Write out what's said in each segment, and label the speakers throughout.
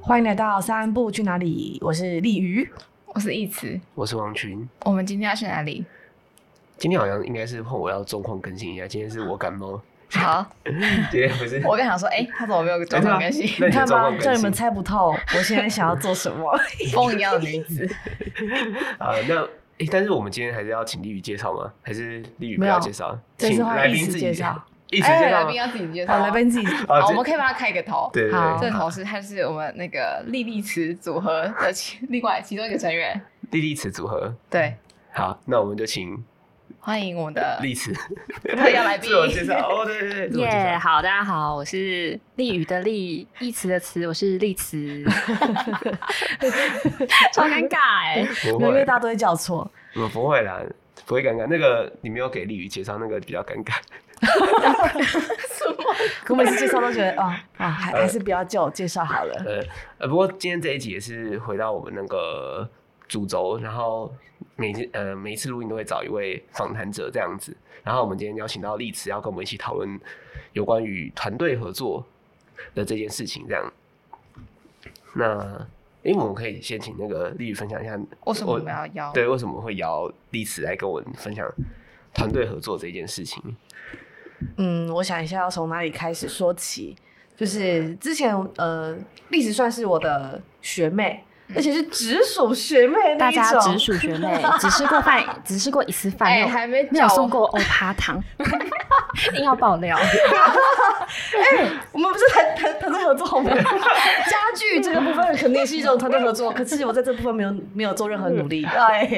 Speaker 1: 欢迎来到三步去哪里？我是丽瑜，
Speaker 2: 我是义慈，
Speaker 3: 我是王群。
Speaker 2: 我们今天要去哪里？
Speaker 3: 今天好像应该是换我要状况更新一下，今天是我 感冒，
Speaker 2: 好，
Speaker 3: 今天不是
Speaker 2: 我刚想说，哎、他怎么没有
Speaker 3: 哎
Speaker 2: 装
Speaker 3: 对啊
Speaker 2: 上更新？
Speaker 3: 那
Speaker 1: 你
Speaker 3: 你的
Speaker 1: 看
Speaker 3: 状
Speaker 1: 吧
Speaker 3: 况，
Speaker 1: 叫
Speaker 3: 更
Speaker 1: 你
Speaker 3: 新
Speaker 1: 们猜不透我现在想要做什 么。
Speaker 2: 风一样的女子，
Speaker 3: 啊？那诶、但是我们今天还是要请丽宇介绍吗？还是丽宇不
Speaker 1: 没有
Speaker 3: 要介绍？
Speaker 1: 这次
Speaker 3: 请
Speaker 1: 换
Speaker 3: 来
Speaker 1: 义
Speaker 3: 宾
Speaker 1: 慈
Speaker 3: 自
Speaker 1: 介
Speaker 3: 己
Speaker 1: 绍，
Speaker 3: 一起
Speaker 2: 哎，
Speaker 3: 介
Speaker 2: 来
Speaker 3: 绍
Speaker 2: 宾
Speaker 3: 吗。
Speaker 2: 要自己介绍
Speaker 1: 好，
Speaker 2: 啊，
Speaker 1: 来宾自己
Speaker 3: 啊
Speaker 2: 好，
Speaker 3: 这
Speaker 2: 我们可以帮他开一个头。
Speaker 3: 对对
Speaker 1: 好
Speaker 2: 这个
Speaker 3: 对，
Speaker 2: 头是他是我们那个莉莉池组合的其另外其中一个成员。
Speaker 3: 丽丽词组合。
Speaker 2: 对，
Speaker 3: 好，那我们就请
Speaker 2: 欢迎我们 的
Speaker 3: 丽词
Speaker 2: 呃特邀来宾
Speaker 3: 自。我介绍。哦，对对对，自我
Speaker 4: 耶、
Speaker 3: 介绍。
Speaker 4: 好，大家好，我是立语的立，一词的词，我是 立词，超尴尬哎、
Speaker 3: 不
Speaker 1: 没有因为
Speaker 3: 会
Speaker 1: 大，家都会叫错，
Speaker 3: 我不会啦，不会尴尬。那个你没有给丽宇介绍，那个比较尴尬。
Speaker 1: 可我每次介绍都觉 得啊啊，还还是不要叫我介绍好了。
Speaker 3: 呃呃，不过今天这一集也是回到我们那个主轴，然后每次呃每一次录音都会找一位访谈者这样子，然后我们今天邀请到丽慈，要跟我们一起讨论有关于团队合作的这件事情，这样。那因为我们可以先请那个丽宇分享一下，
Speaker 2: 为什么我们要邀？
Speaker 3: 对为什么会邀丽慈来跟我们分享团队合作这件事情？
Speaker 1: 嗯，我想一下要从哪里开始说起。就是之前呃，历史算是我的学妹，而且是直属学妹那
Speaker 4: 嗯大
Speaker 1: 一
Speaker 4: 家
Speaker 1: 种
Speaker 4: 直属学妹，只吃 过饭，只吃过一次饭，
Speaker 2: 哎
Speaker 4: 没有
Speaker 2: 还没
Speaker 4: 没有
Speaker 2: 叫我
Speaker 4: 送过欧趴糖， 硬要爆料。
Speaker 1: 我们不是谈谈团队合作吗？家具这个部分肯定是一种团队合作，可是我在这部分没有没有做任何努力。哎，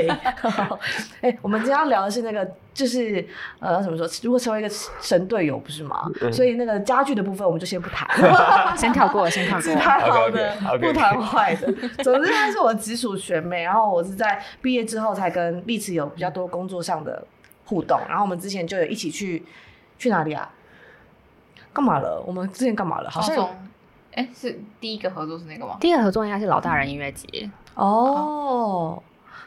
Speaker 1: 哎，我们今天要聊的是那个，就是呃，怎么说？如果成为一个神队友，不是吗？所以那个家具的部分我们就先不谈，
Speaker 4: 先跳过，先跳
Speaker 1: 只
Speaker 4: 过。
Speaker 1: 谈好的，
Speaker 3: OK，OK，OK
Speaker 1: 不谈坏的。总之，她是我的直属学妹，然后我是在毕业之后才跟丽慈有比较多工作上的互动，然后我们之前就有一起去去哪里啊？干嘛了？我们之前干嘛了？好
Speaker 2: 好
Speaker 1: 像
Speaker 2: 像
Speaker 1: 有
Speaker 2: 有，哎、是第一个合作是那个吗？
Speaker 4: 第一个合作应该是老大人音乐节，
Speaker 1: 哦，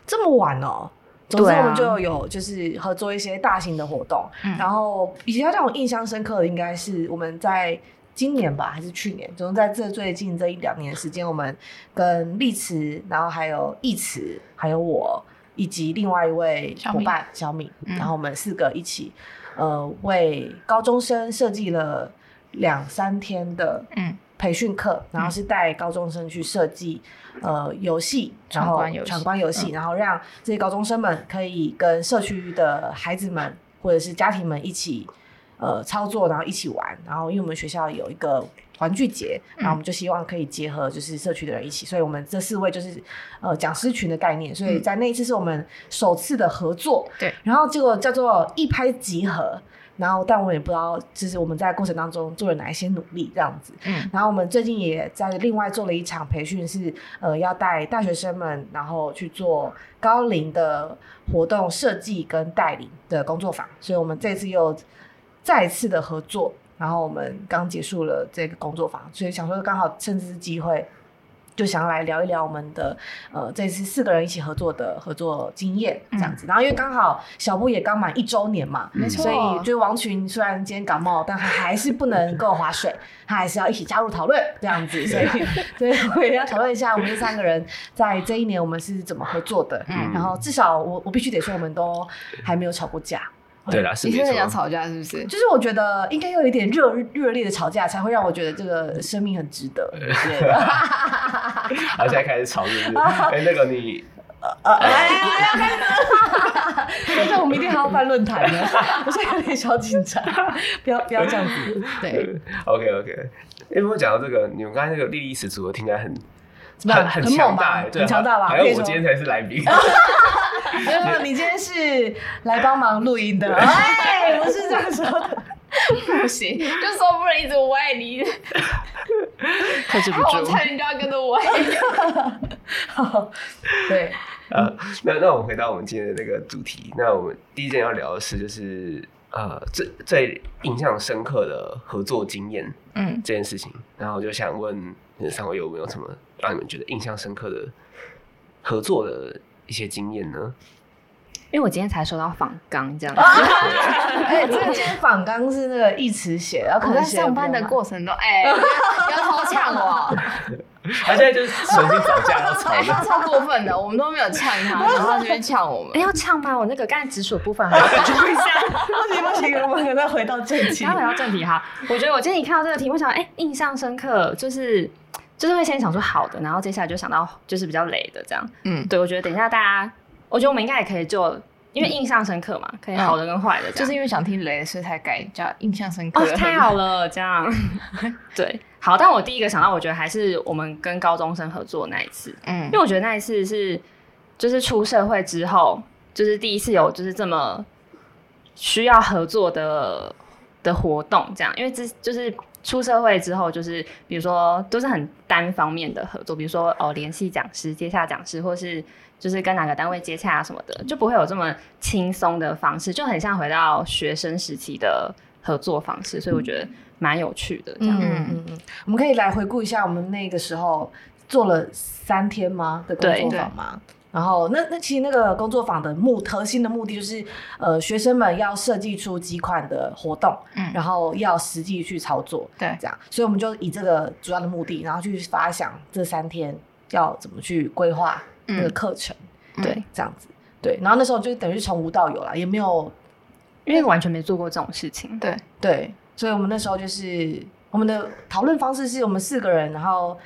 Speaker 1: 这么晚哦。总之，
Speaker 4: 对啊
Speaker 1: 我们就有就是合作一些大型的活动，
Speaker 2: 嗯
Speaker 1: 然后比较让我印象深刻的应该是我们在今年吧，还是去年，总之在这最近这一两年的时间，我们跟丽慈，然后还有义慈，还有我，以及另外一位
Speaker 2: 小
Speaker 1: 伙
Speaker 2: 敏
Speaker 1: 伴小敏，
Speaker 2: 嗯
Speaker 1: 然后我们四个一起，呃，为高中生设计了两三天的
Speaker 2: 嗯，
Speaker 1: 培训课，然后是带高中生去设计、呃游戏，然
Speaker 2: 闯
Speaker 1: 后
Speaker 2: 关游戏
Speaker 1: 闯关游
Speaker 2: 嗯
Speaker 1: 戏，然后让这些高中生们可以跟社区的孩子们或者是家庭们一起呃操作，然后一起玩。然后因为我们学校有一个团聚节，
Speaker 2: 嗯
Speaker 1: 然后我们就希望可以结合就是社区的人一起，所以我们这四位就是呃讲师群的概念，所以在那一次是我们首次的合作，
Speaker 2: 嗯对，
Speaker 1: 然后结果叫做一拍即合。然后，但我们也不知道，就是我们在过程当中做了哪一些努力，这样子。
Speaker 2: 嗯，
Speaker 1: 然后我们最近也在另外做了一场培训是，呃要带大学生们，然后去做高龄的活动设计跟带领的工作坊，所以我们这次又再次的合作，然后我们刚结束了这个工作坊，所以想说刚好趁这次机会。就想要来聊一聊我们的呃这次四个人一起合作的合作经验这样子，然后因为刚好小布也刚满一周年
Speaker 3: 嗯
Speaker 1: 嘛，
Speaker 2: 没错。
Speaker 1: 所以就是王群虽然今天感冒，但他还是不能够划水，他还是要一起加入讨论这样子。所以，所 以我也要讨论一下我们这三个人在这一年我们是怎么合作的。
Speaker 2: 嗯
Speaker 1: 然后至少我我必须得说，我们都还没有吵过架。
Speaker 3: 对啦，是
Speaker 2: 哦你
Speaker 3: 没
Speaker 2: 是很想
Speaker 3: 错。啊
Speaker 2: 吵架是不是？
Speaker 1: 就是我觉得应该要有一点热热烈的吵架，才会让我觉得这个生命很值得之类的。
Speaker 3: 好，现在开始 吵是不是？哎，那个你
Speaker 1: 但是我们一定还要办论坛呢，我现在有点小紧张，不要 不要这样 子。
Speaker 2: 对，
Speaker 3: OK OK，因为我哎讲到这个，你们刚才那个莉莉史组合听起来很
Speaker 1: 怎么样
Speaker 3: 很很
Speaker 1: 很猛
Speaker 3: 强
Speaker 1: 吧
Speaker 3: 大欸，？对
Speaker 1: 很强大吧？
Speaker 3: 好
Speaker 1: 可
Speaker 3: 像
Speaker 1: 以
Speaker 3: 我
Speaker 1: 说
Speaker 3: 今天才是来 宾，
Speaker 1: 没有，没有你今天是来帮忙录音的，哎，不是这样说的。
Speaker 2: 不行， 就说不能一直我爱你，
Speaker 4: 克制不
Speaker 2: 哦我
Speaker 4: 住。
Speaker 2: 差点就要跟着我爱你。
Speaker 1: 对，
Speaker 3: 呃，那那我们回到我们今天的那个主题，那我们第一件要聊的是就是呃最最印象深刻的合作经验
Speaker 2: 嗯，
Speaker 3: 这件事情，然后我就想问呃三位有没有什么让你们觉得印象深刻的合作的一些经验呢？
Speaker 4: 因为我今天才收到访纲这样
Speaker 2: 哦
Speaker 4: 子。
Speaker 1: 哎，这个今天访纲是那个一词写，然后可
Speaker 2: 我
Speaker 1: 能
Speaker 2: 在
Speaker 1: 写得
Speaker 2: 上班
Speaker 1: 比较
Speaker 2: 的
Speaker 1: 慢
Speaker 2: 过程中，哎、不要偷呛我，
Speaker 3: 他现在就是重新吵架要吵
Speaker 2: 哎、
Speaker 3: 的。
Speaker 2: 他超过分的，我们都没有呛他，然后他就会呛我
Speaker 4: 哎，
Speaker 2: 们。
Speaker 4: 要唱吗？我那个刚才直属部分还要补 充一下。
Speaker 1: 不行不行，我们可能回到正题
Speaker 4: 然。后回到正题哈，我觉得我今天一看到这个题目，想哎、印象深刻，就是就是会先想说好的，然后接下来就想到就是比较雷的这样。
Speaker 2: 嗯，
Speaker 4: 对，我觉得等一下大家，我觉得我们应该也可以就因为印象深刻嘛，可以好的跟坏的这样，
Speaker 2: 嗯就是因为想听雷，所以才改叫印象深刻。
Speaker 4: 哦，太好了，这样对。好，但我第一个想到，我觉得还是我们跟高中生合作那一次，
Speaker 2: 嗯
Speaker 4: 因为，我觉得那一次是就是出社会之后，就是第一次有就是这么需要合作的的活动，这样，因为之就是出社会之后，就是比如说都是很单方面的合作，比如说哦联系讲师、接洽讲师，或是就是跟哪个单位接洽啊什么的，就不会有这么轻松的方式，就很像回到学生时期的合作方式，所以我觉得蛮有趣的，这样。
Speaker 1: 嗯嗯嗯，我们可以来回顾一下我们那个时候做了三天吗的工
Speaker 4: 对
Speaker 1: 作坊吗？然后，那那其实那个工作坊的目核心的目的就是，呃，学生们要设计出几款的活动，
Speaker 2: 嗯
Speaker 1: 然后要实际去操作，
Speaker 2: 对
Speaker 1: 这样。所以我们就以这个主要的目的，然后去发想这三天要怎么去规划那个
Speaker 2: 嗯
Speaker 1: 课程，
Speaker 4: 对，
Speaker 1: 这样子。对，然后那时候就等于是从无到有啦，也没有
Speaker 4: 因为完全没做过这种事情，
Speaker 2: 对，
Speaker 1: 对，所以我们那时候就是我们的讨论方式是我们四个人，然后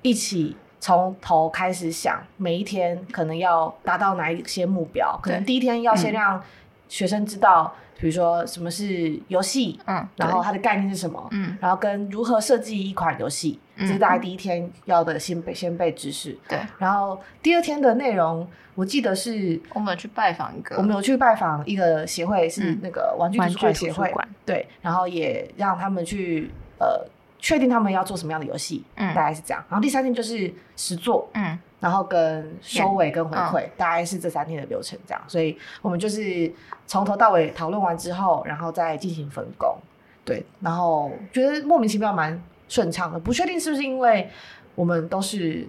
Speaker 1: 一起从头开始想，每一天可能要达到哪一些目标，可能
Speaker 2: 对
Speaker 1: 第一天要先
Speaker 2: 嗯
Speaker 1: 让学生知道，比如说什么是游戏，
Speaker 2: 嗯，
Speaker 1: 然后它的概念是什么。
Speaker 2: 嗯，
Speaker 1: 然后跟如何设计一款游戏，这是
Speaker 2: 嗯
Speaker 1: 大家第一天要的先备先备知识。
Speaker 2: 对，
Speaker 1: 然后第二天的内容，我记得是
Speaker 2: 我们有去拜访一个，
Speaker 1: 我们有去拜访一个协会，是
Speaker 2: 嗯
Speaker 1: 那个玩具图
Speaker 4: 玩
Speaker 1: 书
Speaker 4: 具
Speaker 1: 馆
Speaker 4: 图
Speaker 1: 协
Speaker 4: 书
Speaker 1: 会，
Speaker 4: 馆
Speaker 1: 对，然后也让他们去呃确定他们要做什么样的游戏，
Speaker 2: 嗯
Speaker 1: 大概是这样。然后第三天就是实作，
Speaker 2: 嗯
Speaker 1: 然后跟收尾跟回
Speaker 2: 嗯
Speaker 1: 馈，大概是这三天的流程这样。所以我们就是从头到尾讨论完之后，然后再进行分工，对，然后觉得莫名其妙蛮顺畅的，不确定是不是因为我们都是。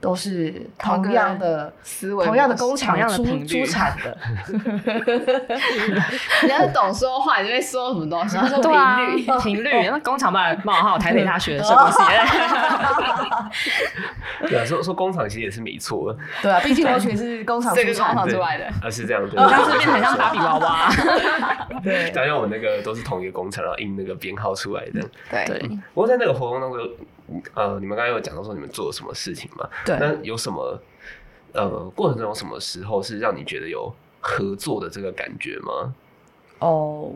Speaker 1: 都是
Speaker 2: 同
Speaker 1: 同
Speaker 2: 一个
Speaker 1: 样的
Speaker 2: 思维
Speaker 1: 同样的
Speaker 2: 模式
Speaker 1: 工厂
Speaker 4: 同样的
Speaker 1: 出
Speaker 4: 频率
Speaker 1: 出产的，
Speaker 2: 你要是懂说话，你就会说什么 东西，说
Speaker 4: 对啊
Speaker 2: 频率，，
Speaker 4: 频率，那工厂吧，冒号台北大学 社工系，
Speaker 3: 对啊，说说工厂其实也是没错的，
Speaker 1: 对啊，毕竟我也是工厂
Speaker 2: 这
Speaker 1: 出
Speaker 2: 个
Speaker 1: 产
Speaker 2: 工
Speaker 1: 的
Speaker 2: 厂，
Speaker 3: 对
Speaker 2: 出来的。
Speaker 3: 啊是这样对。
Speaker 1: 哦
Speaker 4: 我上次变成像芭比娃娃。
Speaker 1: 对
Speaker 3: 加上我那个都是同一个工厂，然后印那个编号出来的。
Speaker 2: 对
Speaker 4: 对，
Speaker 3: 不过在那个活动当中，呃，你们刚才有讲到说你们做了什么事情嘛？
Speaker 1: 对
Speaker 3: 那有什么呃过程中有什么时候是让你觉得有合作的这个感觉吗？
Speaker 1: 哦，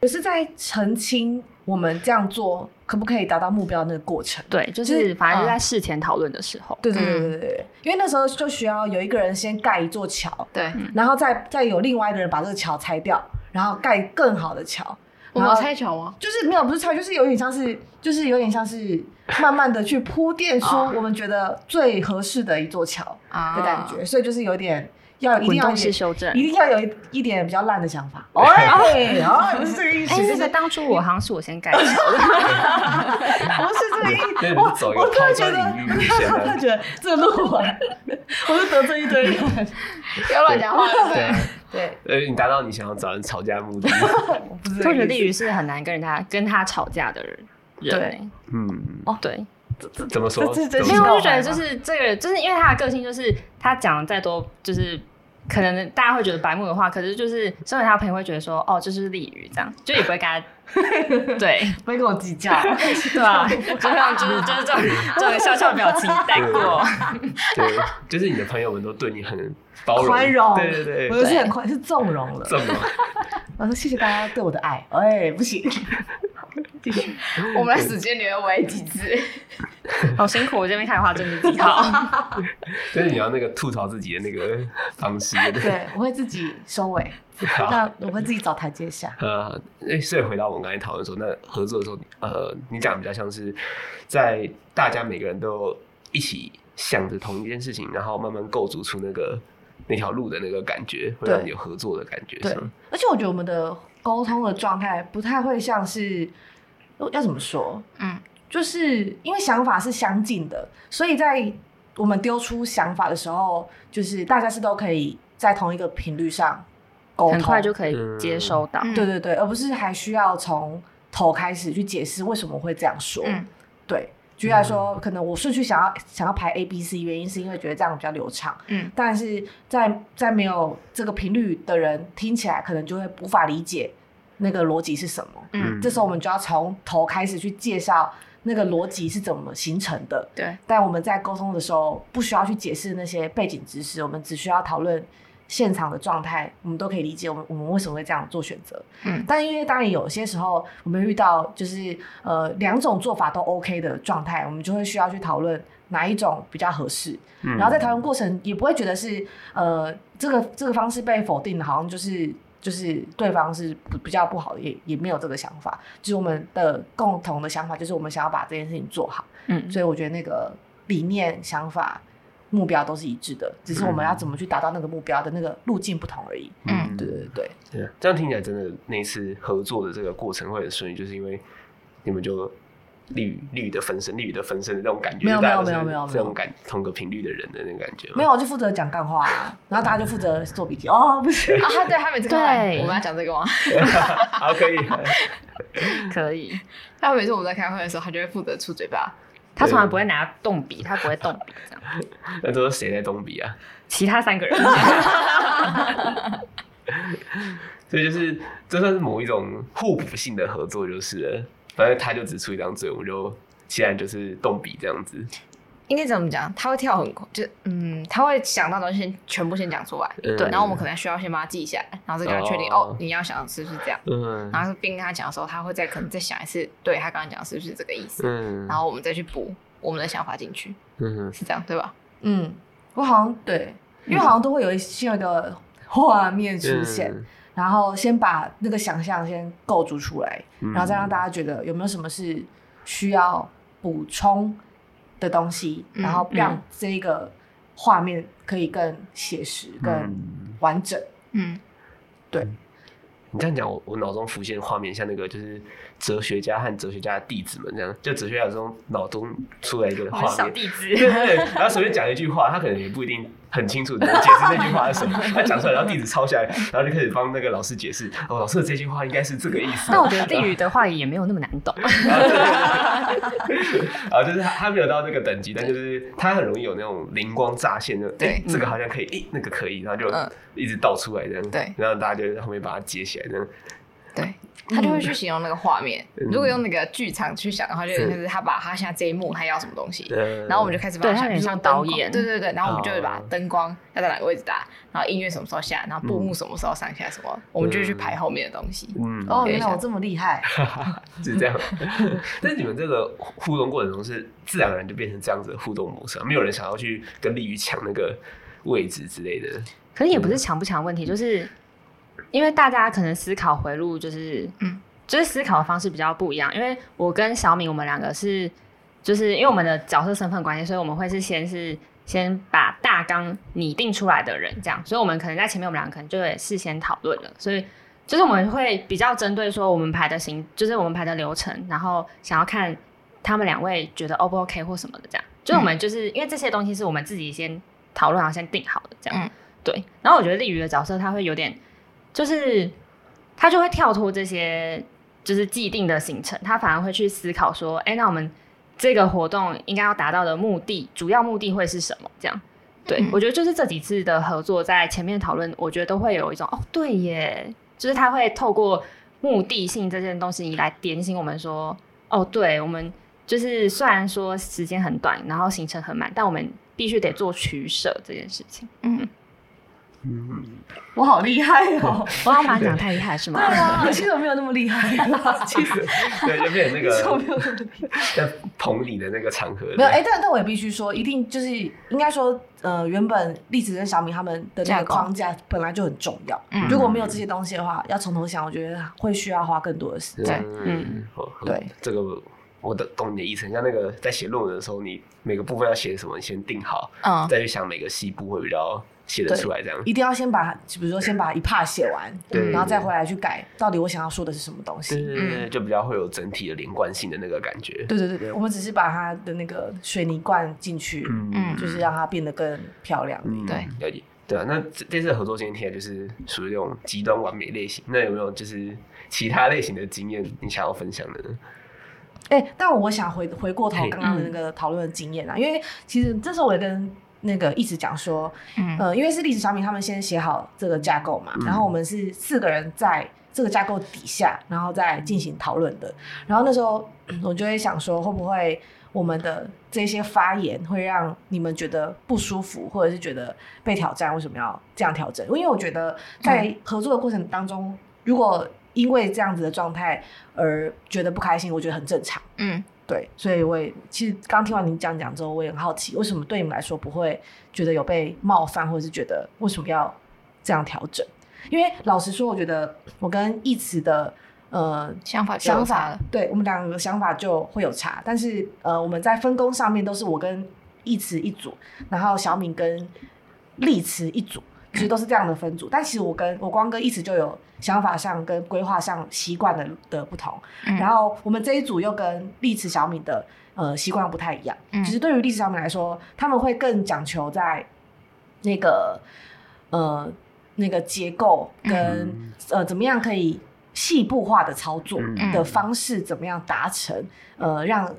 Speaker 1: 我是在澄清我们这样做可不可以达到目标那个过程。
Speaker 4: 对，就
Speaker 1: 就是
Speaker 4: 是反
Speaker 2: 嗯
Speaker 4: 正是在事前讨论的时候，
Speaker 1: 对对对对对对，因为那时候就需要有一个人先盖一座桥，
Speaker 2: 对，
Speaker 1: 然后再再有另外一个人把这个桥拆掉，然后盖更好的桥。
Speaker 2: 我
Speaker 1: 然
Speaker 2: 们有
Speaker 1: 后
Speaker 2: 猜球吗？
Speaker 1: 就是没有不是拆，就是有点像是就是有点像是慢慢的去铺垫出
Speaker 2: 哦
Speaker 1: 我们觉得最合适的一座桥
Speaker 2: 啊
Speaker 1: 的感觉，所以就是有点要一定
Speaker 4: 滚
Speaker 1: 要有
Speaker 4: 动
Speaker 1: 一
Speaker 4: 式
Speaker 1: 点
Speaker 4: 修正。
Speaker 1: 一定要有一一点比较烂的想法。 哎，哦，不是这个意思，
Speaker 4: 哎，
Speaker 1: 就
Speaker 4: 那
Speaker 1: 是
Speaker 4: 个当初我好像是我先改的，
Speaker 1: 不是这个 意思，
Speaker 3: 对你
Speaker 1: 我
Speaker 3: 是走一个
Speaker 1: 我突然
Speaker 3: 抛
Speaker 1: 觉
Speaker 3: 砖
Speaker 1: 得，
Speaker 3: 引玉 路
Speaker 1: 我
Speaker 3: 线
Speaker 1: 突然觉得这个录完， 我就得罪一堆 人。
Speaker 2: 不要乱讲话，对不对？
Speaker 1: 对，
Speaker 3: 呃，你达到你想要找人吵架的目的，
Speaker 1: 我不是
Speaker 4: 就
Speaker 1: 这
Speaker 4: 觉得
Speaker 1: 个
Speaker 4: 丽
Speaker 1: 意思。
Speaker 4: 宇是很难跟人家跟他吵架的人。人
Speaker 3: 嗯，
Speaker 4: 哦，对，
Speaker 3: 怎么说？
Speaker 1: 这这
Speaker 3: 怎
Speaker 1: 这
Speaker 3: 么
Speaker 4: 没
Speaker 1: 是
Speaker 4: 有，
Speaker 3: 说
Speaker 4: 我就觉得就是这个人，就是因为他的个性，就是他讲的再多，就是可能大家会觉得白目的话，可是就是身为他的朋友会觉得说，哦，这是丽宇这样，就也不会跟 他，对
Speaker 1: 不会跟我计较，
Speaker 4: 对啊， 就像就是就是 这种这种笑笑表情带过，
Speaker 3: 对，就是你的朋友们都对你很包容，
Speaker 1: 宽容，
Speaker 3: 对对对，
Speaker 1: 我就是很宽，是纵容了。
Speaker 3: 这么
Speaker 1: 我说谢谢大家对我的爱，哎，不行，
Speaker 2: 我们的时间流为几次？
Speaker 4: 好辛苦，我这边看的话真的是几 号。
Speaker 3: 就是你要那个吐槽自己的那个方式。
Speaker 1: 对我会自己收尾，
Speaker 3: 好
Speaker 1: 那我会自己找台阶下。
Speaker 3: 呃，诶所以回到我们刚才讨论说，那合作的时候，呃，你讲比较像是在大家每个人都一起想着同一件事情，然后慢慢构筑出那个那条路的那个感觉，会让
Speaker 1: 对
Speaker 3: 你有合作的感觉。
Speaker 1: 对
Speaker 3: 是吗，
Speaker 1: 而且我觉得我们的沟通的状态不太会像是，要要怎么说？
Speaker 2: 嗯，
Speaker 1: 就是因为想法是相近的，所以在我们丢出想法的时候，就是大家是都可以在同一个频率上沟通，
Speaker 4: 很快就可以接收到。
Speaker 2: 嗯
Speaker 1: 对对对，而不是还需要从头开始去解释为什么会这样说。
Speaker 2: 嗯
Speaker 1: 对，举例来说，可能我顺序想要想要排 A、B、C，原因是因为觉得这样比较流畅。
Speaker 2: 嗯
Speaker 1: 但是在在没有这个频率的人听起来，可能就会无法理解那个逻辑是什么。
Speaker 2: 嗯，
Speaker 1: 这时候我们就要从头开始去介绍那个逻辑是怎么形成的。
Speaker 2: 对，啊
Speaker 1: 但我们在沟通的时候，不需要去解释那些背景知识，我们只需要讨论现场的状态，我们都可以理解我们我们为什么会这样做选择。
Speaker 2: 嗯
Speaker 1: 但因为当然有些时候我们遇到就是呃两种做法都 OK 的状态，我们就会需要去讨论哪一种比较合适。
Speaker 3: 嗯
Speaker 1: 然后在讨论过程也不会觉得是呃这个这个方式被否定了，好像就是就是对方是不比较不好的，也也没有这个想法。就是我们的共同的想法就是我们想要把这件事情做好，
Speaker 4: 嗯，
Speaker 1: 所以我觉得那个理念、想法、目标都是一致的，只是我们要怎么去达到那个目标的那个路径不同而已。
Speaker 2: 嗯
Speaker 1: 对对对，
Speaker 3: 对啊，这样听起来真的那一次合作的这个过程会很顺利，就是因为你们就绿绿的分身，绿的分身的那种感觉，
Speaker 1: 没有
Speaker 3: 就大家都
Speaker 1: 没有
Speaker 3: 是
Speaker 1: 没有没有
Speaker 3: 这种感同个频率的人的那种感觉吗，
Speaker 1: 没有我就负责讲干话、啊，然后大家就负责做笔记。哦，不是，
Speaker 2: 啊，他对他每次跟我来
Speaker 4: 对
Speaker 2: 我们要讲这个吗？
Speaker 3: 好可以，
Speaker 4: 可以。
Speaker 2: 他每次我们在开会的时候，他就会负责出嘴巴。
Speaker 4: 他从来不会拿动笔，他不会动笔 这样。
Speaker 3: 那都是谁在动笔啊？
Speaker 4: 其他三个人，
Speaker 3: 所以就是这算是某一种互补性的合作，就是了反正他就只出一张嘴，我们就现在就是动笔这样子，
Speaker 2: 应该怎么讲？他会跳很快，就嗯，他会想到的东西先全部先讲出来，
Speaker 3: 对
Speaker 2: 然后我们可能需要先把它记下来，然后再跟他确定
Speaker 3: 哦
Speaker 2: 哦，你要想的是不是这样？
Speaker 3: 嗯
Speaker 2: 然后并跟他讲的时候，他会再可能再想一次，对他刚刚讲的是不是这个意思？
Speaker 3: 嗯
Speaker 2: 然后我们再去补我们的想法进去，
Speaker 3: 嗯，
Speaker 2: 是这样对吧？
Speaker 1: 嗯，我好像对，因为好像都会有一些有一个画面
Speaker 3: 嗯
Speaker 1: 出现，然后先把那个想象先构筑出来，
Speaker 3: 嗯
Speaker 1: 然后再让大家觉得有没有什么是需要补充的东西，
Speaker 2: 嗯
Speaker 1: 然后让这个画面可以更写实、更
Speaker 3: 嗯
Speaker 1: 完整。
Speaker 2: 嗯，
Speaker 3: 你这样讲，我我脑中浮现画面，像那个就是哲学家和哲学家的弟子们这样，就哲学家有时候脑中出来一个
Speaker 4: 我们
Speaker 3: 画
Speaker 4: 是小
Speaker 3: 面，
Speaker 4: 弟子。
Speaker 3: 对对对，然后随便讲一句话，他可能也不一定很清楚能解释那句话是什么，他讲出来，然后弟子抄下来，然后就开始帮那个老师解释，哦，老师的这句话应该是这个意思，
Speaker 4: 但我觉得地语的话也没有那么难懂。
Speaker 3: 然后就是， 啊，就是他他没有到那个等级，但就是他很容易有那种灵光乍现的，
Speaker 2: 对
Speaker 3: 诶这个好像可以，诶，那个可以，然后就
Speaker 2: 嗯
Speaker 3: 一直倒出来这样，
Speaker 2: 对
Speaker 3: 然后大家就在后面把它接起来这样，
Speaker 2: 对，他就会去形容那个画面。
Speaker 3: 嗯
Speaker 2: 如果用那个剧场去想的话，就有点像是他把他现在这一幕他要什么东西，
Speaker 3: 嗯
Speaker 2: 然后我们就开始把
Speaker 4: 对
Speaker 2: 它
Speaker 4: 他有
Speaker 2: 想
Speaker 4: 点
Speaker 2: 像
Speaker 4: 像导演
Speaker 2: 对对对，然后我们就会把
Speaker 3: 哦
Speaker 2: 灯光要在哪个位置打，然后音乐什么时候下，然后布幕什么时候上下什么，我们就会去排后面的东西。
Speaker 3: 嗯
Speaker 1: 哦，
Speaker 2: 对
Speaker 1: 原来我这么厉 害！
Speaker 3: 是这样。 但是你们这个互动过程中是自然而然就变成这样子的互动模式、啊，没有人想要去跟利鱼抢那个位置之类的。
Speaker 4: 可是也不是强不强的问题，就是因为大家可能思考回路就是，
Speaker 2: 嗯
Speaker 4: 嗯，就是思考的方式比较不一样。因为我跟小敏，我们两个是，就是因为我们的角色身份关系，所以我们会是先是先把大纲拟定出来的人，这样，所以我们可能在前面我们两个可能就会事先讨论了，所以。就是我们会比较针对说我们排的行，就是我们排的流程，然后想要看他们两位觉得 O 不 OK 或什么的这样。就是我们就是、因为这些东西是我们自己先讨论，然后先定好的这样。
Speaker 2: 嗯
Speaker 4: 对，然后我觉得丽宇的角色他会有点，就是他就会跳脱这些就是既定的行程，他反而会去思考说，哎，那我们这个活动应该要达到的目的，主要目的会是什么？这样。对，
Speaker 2: 嗯
Speaker 4: 我觉得就是这几次的合作，在前面讨论，我觉得都会有一种哦，对耶，就是他会透过目的性这件东西来点醒我们说，哦，对，我们就是虽然说时间很短，然后行程很满，但我们必须得做取舍这件事情。
Speaker 2: 嗯，
Speaker 3: 嗯，
Speaker 1: 我好厉害哦！
Speaker 4: 我刚刚把你讲太厉害是吗
Speaker 1: 对？啊，其实我没有那么厉害， 其实
Speaker 3: 对，就变成那
Speaker 1: 其实我没
Speaker 3: 个
Speaker 1: 有那么厉害。
Speaker 3: 在捧你的那个场合。
Speaker 1: 没有，哎、但但我也必须说，一定就是应该说，呃，原本栗子跟小米他们的那
Speaker 2: 架
Speaker 1: 个
Speaker 2: 构
Speaker 1: 框架本来就很重要。
Speaker 2: 嗯
Speaker 1: 如果没有这些东西的话，要从头想，我觉得会需要花更多的时间。
Speaker 3: 嗯，哦
Speaker 1: 对，
Speaker 3: 这个我懂懂你的意思。像那个在写论文的时候，你每个部分要写什么，你先定好，
Speaker 1: 哦
Speaker 2: 嗯，
Speaker 3: 再去想每个细部会比较写得出来这样。
Speaker 1: 一定要先把，比如说先把一 part 写完，
Speaker 3: 对
Speaker 1: 然后再回来去改，到底我想要说的是什么东
Speaker 3: 对
Speaker 1: 西。
Speaker 3: 对对，就比较会有整体的连贯性的那个感觉。
Speaker 1: 对对对对，我们只是把它的那个水泥灌进去，
Speaker 3: 嗯
Speaker 2: 嗯
Speaker 1: 就是让它变得更漂亮。
Speaker 3: 嗯
Speaker 2: 对，
Speaker 3: 了解。对啊，那这这次的合作经验听起来就是属于那种极端完美类型。那有没有就是其他类型的经验你想要分享的呢？
Speaker 1: 哎、但我想回回过头
Speaker 3: 嘿嗯
Speaker 1: 刚刚的那个讨论的经验啊，因为其实这时候我也跟那个一直讲说，
Speaker 2: 嗯
Speaker 1: 呃，因为是历史小米他们先写好这个架构嘛，
Speaker 3: 嗯
Speaker 1: 然后我们是四个人在这个架构底下，然后再进行讨论的。然后那时候嗯我就会想说，会不会我们的这些发言会让你们觉得不舒服，或者是觉得被挑战？为什么要这样调整？因为我觉得
Speaker 3: 嗯
Speaker 1: 在合作的过程当中，如果因为这样子的状态而觉得不开心，我觉得很正常。
Speaker 2: 嗯，
Speaker 1: 对，所以我也其实刚听完你讲讲之后，我也很好奇，为什么对你们来说不会觉得有被冒犯，或者是觉得为什么要这样调整？因为老实说，我觉得我跟义慈的呃
Speaker 2: 想法就
Speaker 1: 想
Speaker 2: 有差
Speaker 1: 法
Speaker 2: 了，，
Speaker 1: 对我们两个想法就会有差，但是呃我们在分工上面都是我跟义慈一组，然后小敏跟丽慈一组。其实都是这样的分组，但其实我跟我光跟义慈就有想法上跟规划上习惯的的不同，
Speaker 2: 嗯
Speaker 1: 然后我们这一组又跟历史小米的呃习惯不太一样，
Speaker 2: 嗯
Speaker 1: 其实对于历史小米来说，他们会更讲求在那个呃那个结构跟、
Speaker 3: 嗯
Speaker 1: 呃怎么样可以细部化的操作
Speaker 3: 嗯
Speaker 1: 的方式，怎么样达成，呃让。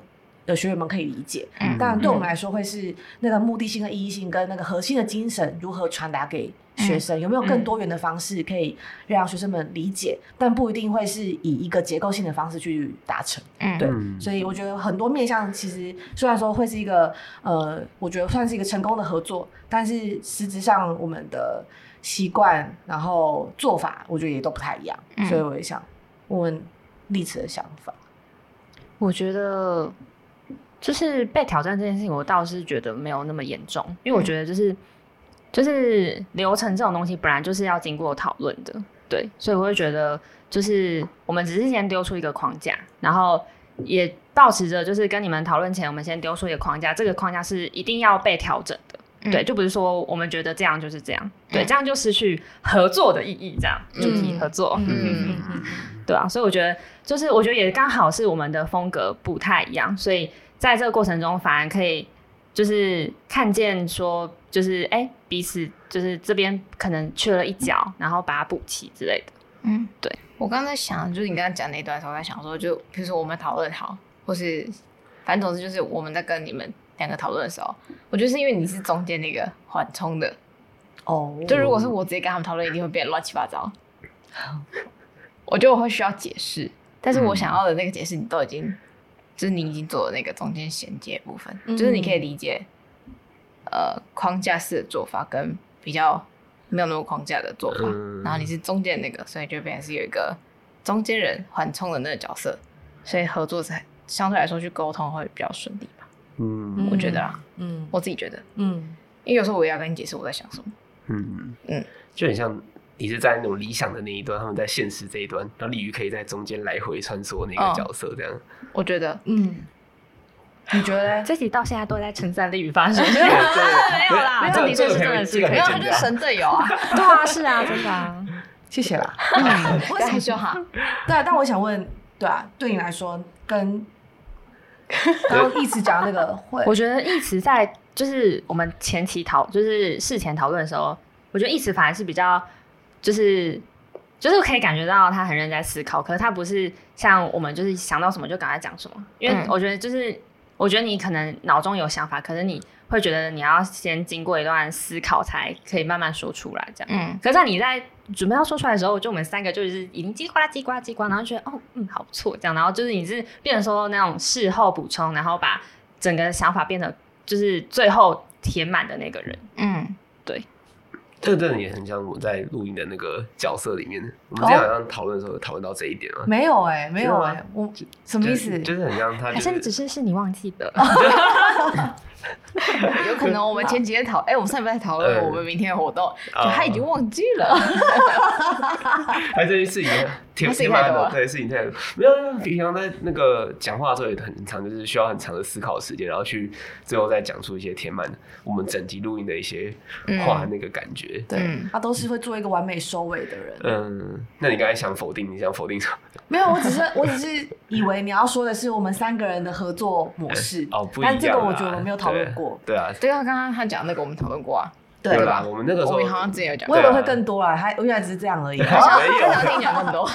Speaker 1: 呃学员们可以理解，
Speaker 2: 嗯
Speaker 1: 当然对我们来说会是那个目的性和意义性跟那个核心的精神如何传达给学生，有没有更多元的方式可以让学生们理解，但不一定会是以一个结构性的方式去达成。
Speaker 2: 嗯
Speaker 1: 对
Speaker 3: 嗯
Speaker 1: 所以我觉得很多面向其实虽然说会是一个呃，我觉得算是一个成功的合作，但是实质上我们的习惯然后做法，我觉得也都不太一样，
Speaker 2: 嗯
Speaker 1: 所以我也想问问丽慈的想法。
Speaker 4: 我觉得就是被挑战这件事情，我倒是觉得没有那么严重，因为我觉得就是、就是流程这种东西本来就是要经过讨论的，对，所以我会觉得就是我们只是先丢出一个框架，然后也保持着就是跟你们讨论前，我们先丢出一个框架，这个框架是一定要被调整的。
Speaker 2: 嗯
Speaker 4: 对，就不是说我们觉得这样就是这样，对，
Speaker 2: 嗯
Speaker 4: 这样就失去合作的意义，这样主题
Speaker 1: 嗯
Speaker 4: 合作，
Speaker 2: 嗯
Speaker 4: 对啊，所以我觉得就是我觉得也刚好是我们的风格不太一样，所以在这个过程中反而可以就是看见说就是哎、彼此就是这边可能缺了一角，然后把它补齐之类的。
Speaker 2: 嗯，
Speaker 4: 对。
Speaker 2: 我刚才想，就是你刚刚讲那一段的时候，我在想说，就比如说我们讨论好，或是反正总之就是我们在跟你们两个讨论的时候，我觉得是因为你是中间那个缓冲的，
Speaker 1: 哦，
Speaker 2: 就如果是我直接跟他们讨论，一定会变得乱七八糟。我觉得我会需要解释，但是我
Speaker 3: 嗯
Speaker 2: 想要的那个解释，你都已经，就是你已经做了那个中间衔接部分，
Speaker 1: 嗯
Speaker 2: 就是你可以理解，呃，框架式的做法跟比较没有那么框架的做法，
Speaker 3: 嗯
Speaker 2: 然后你是中间那个，所以就变成是有一个中间人缓冲的那个角色，所以合作才相对来说去沟通会比较顺利吧，
Speaker 3: 嗯
Speaker 2: 我觉得啊，
Speaker 1: 嗯
Speaker 2: 我自己觉得，
Speaker 1: 嗯
Speaker 2: 因为有时候我也要跟你解释我在想什么，
Speaker 3: 嗯
Speaker 2: 嗯
Speaker 3: 嗯，就很像你是在那种理想的那一端，他们在现实这一端，然后鲤鱼可以在中间来回穿梭那
Speaker 2: 哦
Speaker 3: 个角色，这样。
Speaker 2: 我觉得
Speaker 1: 嗯，你觉得呢？
Speaker 4: 这集到现在都在称赞力与发生，
Speaker 3: 对
Speaker 4: 没有啦，
Speaker 3: 这
Speaker 4: 这
Speaker 3: 个这
Speaker 4: 的确是真
Speaker 3: 个
Speaker 4: 的
Speaker 3: 这
Speaker 4: 是
Speaker 3: 个
Speaker 4: 可
Speaker 3: 可
Speaker 4: 以
Speaker 2: 没
Speaker 3: 以
Speaker 2: 有，
Speaker 3: 剪
Speaker 2: 他
Speaker 3: 掉
Speaker 2: 就是神队友 啊，
Speaker 4: 对啊，是 啊， 真的啊，
Speaker 1: 谢谢啦。
Speaker 2: 不要害羞哈。
Speaker 1: 对啊，但我想问，对啊，对你来说跟刚刚一直讲的那个会，
Speaker 4: 我觉得一直在就是我们前期讨就是事前讨论的时候，我觉得一直反而是比较就是就是可以感觉到他很认真在思考，可是他不是像我们就是想到什么就赶快讲什么，因为
Speaker 2: 嗯
Speaker 4: 我觉得就是、我觉得你可能脑中有想法，可是你会觉得你要先经过一段思考才可以慢慢说出来这样。
Speaker 2: 嗯
Speaker 4: 可是在你在准备要说出来的时候，就我们三个就是已经叽呱啦叽呱啦叽呱，然后觉得哦嗯好不错这样，然后就是你是变成说那种事后补充，然后把整个想法变得就是最后填满的那个人。
Speaker 2: 嗯
Speaker 3: 这个真的也很像我在录音的那个角色里面，我们之前好像讨论的时候有讨论到这一点嘛。
Speaker 1: 没有哎、没有哎、
Speaker 3: 真的
Speaker 1: 我什么意思？
Speaker 3: 就是就是很像他，
Speaker 4: 还
Speaker 3: 就是是
Speaker 4: 只是是你忘记 的？
Speaker 2: 有可能我们前几天讨，哎、我们上礼拜在讨论
Speaker 3: 嗯
Speaker 2: 我们明天的活动，
Speaker 3: 哦
Speaker 2: 就他已经忘记了。
Speaker 3: 他这件事情挺
Speaker 2: 他事情
Speaker 3: 挺
Speaker 2: 太
Speaker 3: 麻
Speaker 2: 多了
Speaker 3: 的，对事情太多。没有，没有平常在那个讲话的时候也很长，就是需要很长的思考时间，然后去最后再讲出一些填满我们整集录音的一些话
Speaker 2: 嗯
Speaker 3: 那个感觉。
Speaker 1: 对、
Speaker 2: 嗯
Speaker 1: 他都是会做一个完美收尾的人。
Speaker 3: 嗯，那你刚才想否定，你想否定什么？
Speaker 1: 没有，我只是我只是以为你要说的是我们三个人的合作模式
Speaker 3: 哦，不一样
Speaker 1: 但
Speaker 3: 啦。
Speaker 1: 这个我觉得我没有讨论过。
Speaker 3: 对。对啊，
Speaker 2: 对啊，刚刚他讲那个我们讨论过啊，
Speaker 1: 对
Speaker 3: 有
Speaker 1: 吧
Speaker 3: 啦，我们那个时
Speaker 2: 我
Speaker 3: 候
Speaker 2: 们好像之前有讲
Speaker 1: 我
Speaker 2: 过
Speaker 1: 以
Speaker 3: 对
Speaker 1: 为
Speaker 3: 啊
Speaker 1: 会更多啊，还我原来只是这样 而已。
Speaker 2: 好像
Speaker 3: 没有
Speaker 2: 至少听讲更多。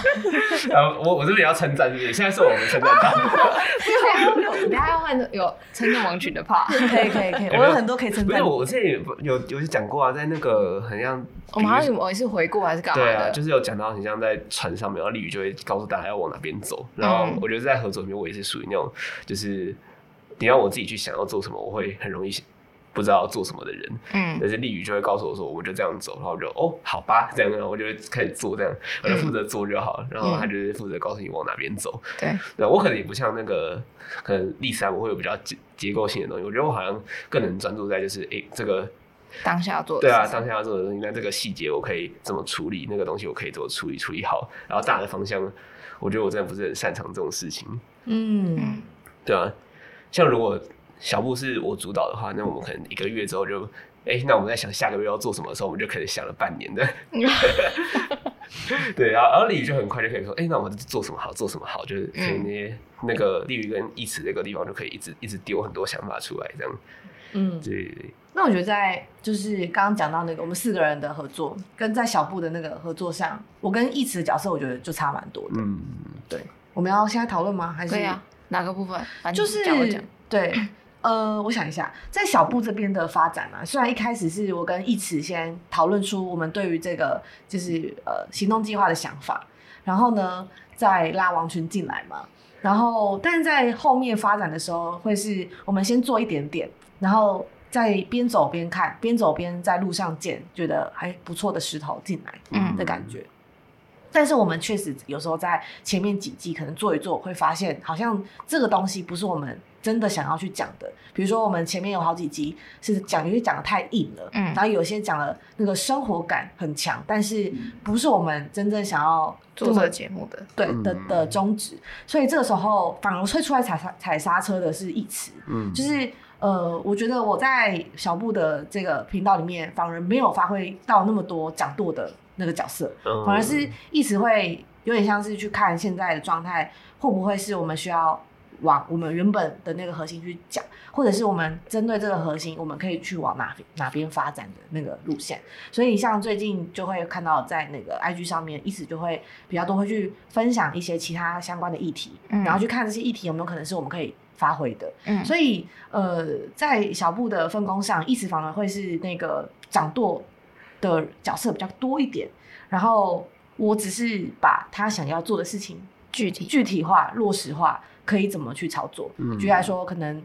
Speaker 3: 呃，我我这边也要称赞，是不是？现在是我们称赞他，
Speaker 2: 等一下啊要换有称赞王群的 part，
Speaker 1: 可以可以可以，
Speaker 3: 没有
Speaker 1: 我有很多可以称
Speaker 3: 不
Speaker 1: 赞
Speaker 3: 是。我我之前有有有讲过啊，在那个很像，
Speaker 2: 我们好像有某一次回顾还是干嘛
Speaker 3: 对啊，
Speaker 2: 的，
Speaker 3: 就是有讲到很像在船上面，然后丽宇就会告诉大家要往哪边走。然后
Speaker 2: 嗯
Speaker 3: 我觉得在合作里面，我也是属于那种，就是你让我自己去想要做什么，我会很容易不知道做什么的人。
Speaker 2: 嗯，
Speaker 3: 但是丽宇就会告诉我说，我们就这样走，然后我就哦，好吧，这样，然后我就开始做这样，我就
Speaker 2: 嗯
Speaker 3: 负责做就好了。然后他就是负责告诉你往哪边走。
Speaker 2: 对，
Speaker 3: 对，我可能也不像那个，可能第三我会有比较结结构性的东西。我觉得我好像更能专注在就是，诶、这个
Speaker 2: 当下做的
Speaker 3: 对啊，
Speaker 2: 事情
Speaker 3: 当下要做的东西，那这个细节我可以怎么处理，那个东西我可以怎么处理，处理好，然后大的方向，我觉得我真的不是很擅长这种事情，
Speaker 1: 嗯，
Speaker 2: 嗯，
Speaker 3: 对啊。像如果小布是我主导的话，那我们可能一个月之后就，哎、那我们在想下个月要做什么的时候，我们就可能想了半 年的。对啊，然后鲤鱼就很快就可以说，哎、那我们做什么好，做什么好，就是
Speaker 1: 嗯
Speaker 3: 可以那些、那个鲤鱼跟义词这个地方就可以一直一直丢很多想法出来，这样。
Speaker 1: 嗯，
Speaker 3: 对对对。
Speaker 1: 那我觉得在就是刚刚讲到那个我们四个人的合作，跟在小布的那个合作上，我跟义慈的角色我觉得就差蛮多的。
Speaker 3: 嗯，
Speaker 1: 我们要现在讨论吗？还是
Speaker 2: 对啊，哪个部分？反正
Speaker 1: 就是
Speaker 2: 讲我讲，
Speaker 1: 对，呃，我想一下，在小布这边的发展啊，虽然一开始是我跟一慈先讨论出我们对于这个就是呃行动计划的想法，然后呢再拉王群进来嘛，然后但是在后面发展的时候，会是我们先做一点点，然后再边走边看，边走边在路上见觉得还不错的石头进来，
Speaker 2: 嗯
Speaker 1: 的感觉。但是我们确实有时候在前面几季可能做一做，会发现好像这个东西不是我们真的想要去讲的。比如说我们前面有好几集是讲，有些讲的太硬了，
Speaker 2: 嗯
Speaker 1: 然后有些讲了那个生活感很强，但是不是我们真正想要
Speaker 2: 做这个节目的，
Speaker 1: 对的
Speaker 3: 嗯
Speaker 1: 的宗旨。所以这个时候反而会出来踩刹踩刹车的是一词，
Speaker 3: 嗯，
Speaker 1: 就是呃，我觉得我在小布的这个频道里面，反而没有发挥到那么多掌舵的那个角色，
Speaker 3: 嗯
Speaker 1: 反而是一直会有点像是去看现在的状态会不会是我们需要往我们原本的那个核心去讲，或者是我们针对这个核心，我们可以去往哪哪边发展的那个路线。所以像最近就会看到在那个 IG 上面，一直就会比较多会去分享一些其他相关的议题，
Speaker 2: 嗯
Speaker 1: 然后去看这些议题有没有可能是我们可以发挥的。
Speaker 2: 嗯，
Speaker 1: 所以呃，在小布的分工上，一直反而会是那个掌舵的角色比较多一点。然后我只是把他想要做的事情
Speaker 2: 具体
Speaker 1: 具体化、落实化，可以怎么去操作。
Speaker 3: 嗯
Speaker 1: 举例来说，可能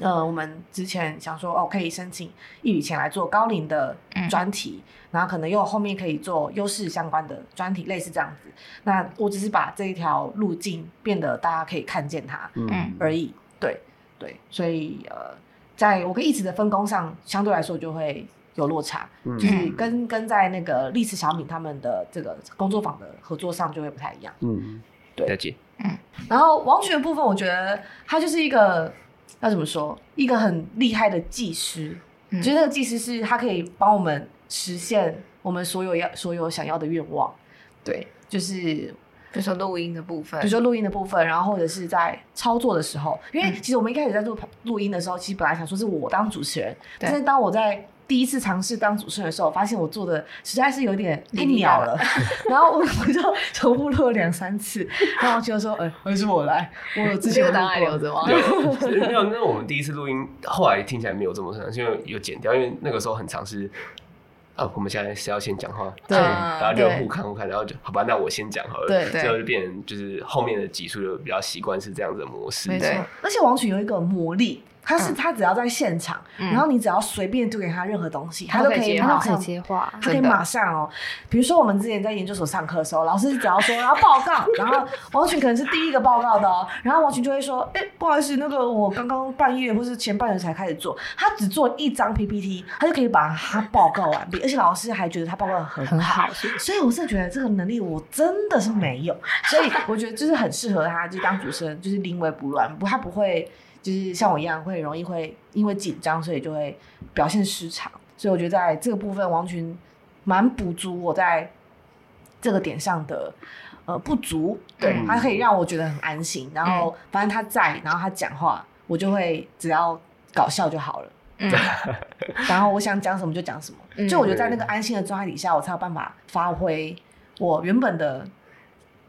Speaker 1: 呃，我们之前想说哦，可以申请一笔钱来做高龄的
Speaker 2: 嗯
Speaker 1: 专题，然后可能又后面可以做优势相关的专题，类似这样子。那我只是把这一条路径变得大家可以看见它，
Speaker 2: 嗯
Speaker 1: 而已。对对，所以呃，在我跟一直的分工上，相对来说就会有落差，
Speaker 3: 嗯
Speaker 1: 就是跟跟在那个历史小米他们的这个工作坊的合作上就会不太一样。
Speaker 3: 嗯，
Speaker 1: 对
Speaker 3: 了解。
Speaker 1: 然后王群的部分，我觉得他就是一个要怎么说，一个很厉害的技师。
Speaker 2: 嗯
Speaker 1: 其实那个技师是他可以帮我们实现我们所有要所有想要的愿望。对，就是
Speaker 2: 比如说录音的部分，
Speaker 1: 比如说录音的部分，然后或者是在操作的时候，因为
Speaker 2: 嗯
Speaker 1: 其实我们一开始在录录音的时候，其实本来想说是我当主持人，
Speaker 2: 对
Speaker 1: 但是当我在第一次尝试当主持人的时候，发现我做的实在是有点太
Speaker 2: 哩哩啦
Speaker 1: 鸟
Speaker 2: 啦
Speaker 1: 了，然后我我就 重复录了两三次，然后我就说，哎、还是我来，我有之
Speaker 2: 这
Speaker 1: 前有
Speaker 2: 个
Speaker 1: 录
Speaker 2: 档案
Speaker 1: 过
Speaker 2: 留着吗？
Speaker 3: 对，没有，那我们第一次录音，后来听起来没有这么长，是因为有剪掉，因为那个时候很长是。啊，我们现在是要先讲话，
Speaker 1: 对
Speaker 3: 然后就
Speaker 1: 对
Speaker 3: 互看互看，然后就好吧，那我先讲好了，
Speaker 1: 对
Speaker 2: 对
Speaker 3: 最后就变成就是后面的集数就比较习惯是这样子的模式，
Speaker 2: 没错
Speaker 3: 对
Speaker 2: 对
Speaker 1: 而且王群有一个魔力，他是
Speaker 2: 嗯
Speaker 1: 他只要在现场，
Speaker 2: 嗯
Speaker 1: 然后你只要随便丢给他任何东西，
Speaker 2: 他
Speaker 1: 都
Speaker 2: 都可以接
Speaker 1: 马
Speaker 2: 好
Speaker 4: 他
Speaker 1: 上
Speaker 4: 可以接话，
Speaker 1: 他可以
Speaker 2: 真的
Speaker 1: 马上哦，比如说我们之前在研究所上课的时候，老师只要说然后报告， 然后王群可能是第一个报告的哦，然后王群就会说，哎、不好意思，那个我刚刚半夜或是前半夜才开始做，他只做一张 PPT，他就可以把他报告完毕，而且老师还觉得他报告得很
Speaker 2: 很好，
Speaker 1: 所以我是觉得这个能力我真的是没有，所以我觉得就是很适合他，就当主持人，就是临危不乱，不他不会就是像我一样会容易会因为紧张，所以就会表现失常。所以我觉得在这个部分，王群蛮补足我在这个点上的呃不足，对、
Speaker 2: 嗯
Speaker 1: 他可以让我觉得很安心。然后反正他在，然后他讲话，我就会只要搞笑就好了。
Speaker 2: 嗯，
Speaker 1: 然后我想讲什么就讲什么。
Speaker 2: 嗯
Speaker 1: 就我觉得在那个安心的状态底下，我才有办法发挥我原本的，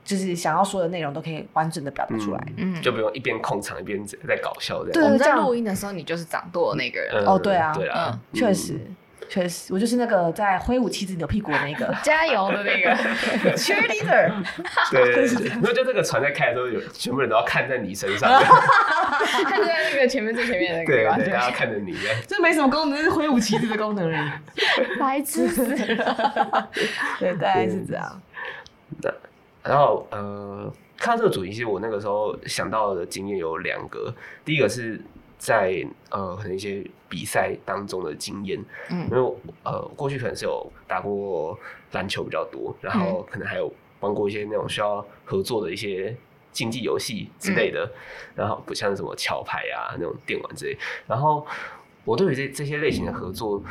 Speaker 1: 就是想要说的内容都可以完整的表达出来。
Speaker 2: 嗯
Speaker 3: 就不用一边控场一边在搞笑这
Speaker 1: 对
Speaker 3: 样。
Speaker 2: 我们
Speaker 1: 这
Speaker 2: 在
Speaker 1: 样
Speaker 2: 录音的时候，你就是掌舵的那个人。
Speaker 3: 嗯
Speaker 1: 哦对啊
Speaker 3: 对啊，嗯
Speaker 1: 确实，确实，我就是那个在挥舞妻子扭屁股的那 个
Speaker 2: 加油的那个，
Speaker 1: cheerleader。
Speaker 3: 对对对对，然后就这个船在开的时候，有全部人都要看在你身上，
Speaker 2: 他就在那个前面最前面的那
Speaker 3: 对
Speaker 2: 个
Speaker 3: 对，大家
Speaker 2: 吧，
Speaker 3: 看着你这样。
Speaker 1: 这没什么功能，是挥舞旗子的功能而已。
Speaker 2: 白痴死了。
Speaker 1: 对，大概是这样。
Speaker 3: 然后呃，看到这个主题，其实我那个时候想到的经验有两个，第一个是在呃可能一些比赛当中的经验，
Speaker 2: 嗯
Speaker 3: 因为我呃过去可能是有打过篮球比较多，然后可能还有玩过一些那种需要合作的一些竞技游戏之类的，然后不像什么桥牌啊那种电玩之类，然后我对于这这些类型的合作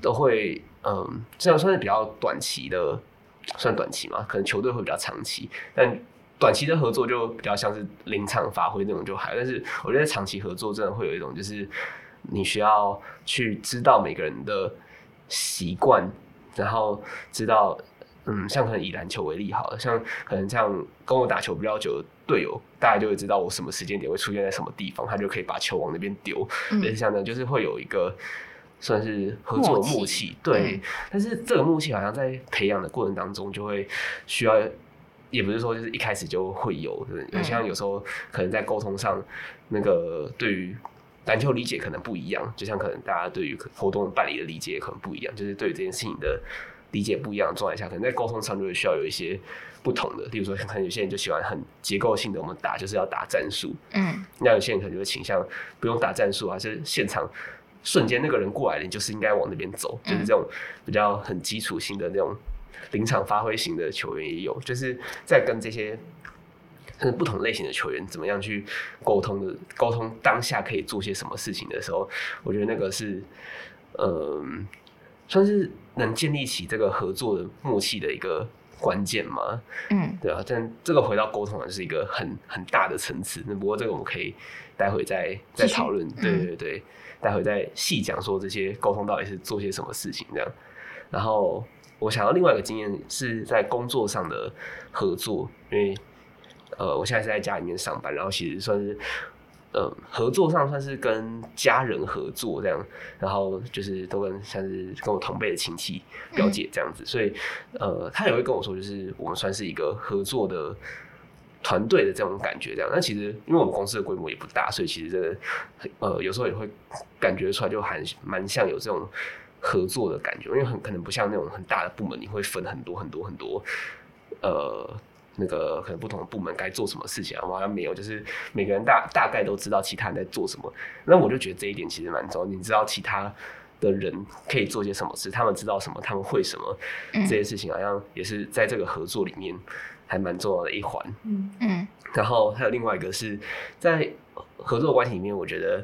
Speaker 3: 都会嗯，这样算是比较短期的，算短期嘛，可能球队会比较长期，但。短期的合作就比较像是临场发挥那种就还好，但是我觉得长期合作真的会有一种就是你需要去知道每个人的习惯，然后知道，嗯，像可能以篮球为例好了，像可能像跟我打球比较久的队友，大家就会知道我什么时间点会出现在什么地方，他就可以把球往那边丢，类似像这样，就是会有一个算是合作的默
Speaker 2: 默
Speaker 3: 契，对。
Speaker 2: 嗯
Speaker 3: 但是这个默契好像在培养的过程当中，就会需要，也不是说就是一开始就会有，就是
Speaker 2: 嗯
Speaker 3: 像有时候可能在沟通上，那个对于篮球理解可能不一样，就像可能大家对于活动办理的理解可能不一样，就是对于这件事情的理解不一样的状态下，可能在沟通上就会需要有一些不同的，例如说可能有些人就喜欢很结构性的，我们打就是要打战术，
Speaker 2: 嗯
Speaker 3: 那有些人可能就会倾向不用打战术啊，就是现场瞬间那个人过来了，你就是应该往那边走，
Speaker 2: 嗯
Speaker 3: 就是这种比较很基础性的那种临场发挥型的球员也有，就是在跟这些。就是不同类型的球员怎么样去沟通的，沟通当下可以做些什么事情的时候，我觉得那个是，嗯、算是能建立起这个合作的默契的一个关键嘛。
Speaker 2: 嗯，
Speaker 3: 对啊，但这个回到沟通啊，就是一个很很大的层次。那不过这个我们可以待会再再
Speaker 2: 继续
Speaker 3: 讨论，对
Speaker 2: 嗯
Speaker 3: 对对，待会再细讲说这些沟通到底是做些什么事情这样。然后我想要另外一个经验是在工作上的合作，因为呃，我现在是在家里面上班，然后其实算是呃合作上算是跟家人合作这样，然后就是都跟像是跟我同辈的亲戚表
Speaker 2: 嗯
Speaker 3: 姐这样子，所以呃，他也会跟我说，就是我们算是一个合作的。团队的这种感觉，这样。那其实因为我们公司的规模也不大，所以其实真的，呃，有时候也会感觉出来，就还蛮像有这种合作的感觉，因为很可能不像那种很大的部门，你会分很多很多很多，呃。那个可能不同的部门该做什么事情啊，我好像没有，就是每个人大大概都知道其他人在做什么。那我就觉得这一点其实蛮重要，你知道其他的人可以做些什么事，他们知道什么，他们会什么，
Speaker 2: 嗯
Speaker 3: 这些事情好像也是在这个合作里面还蛮重要的一环。
Speaker 1: 嗯，
Speaker 2: 嗯
Speaker 3: 然后还有另外一个是在合作关系里面，我觉得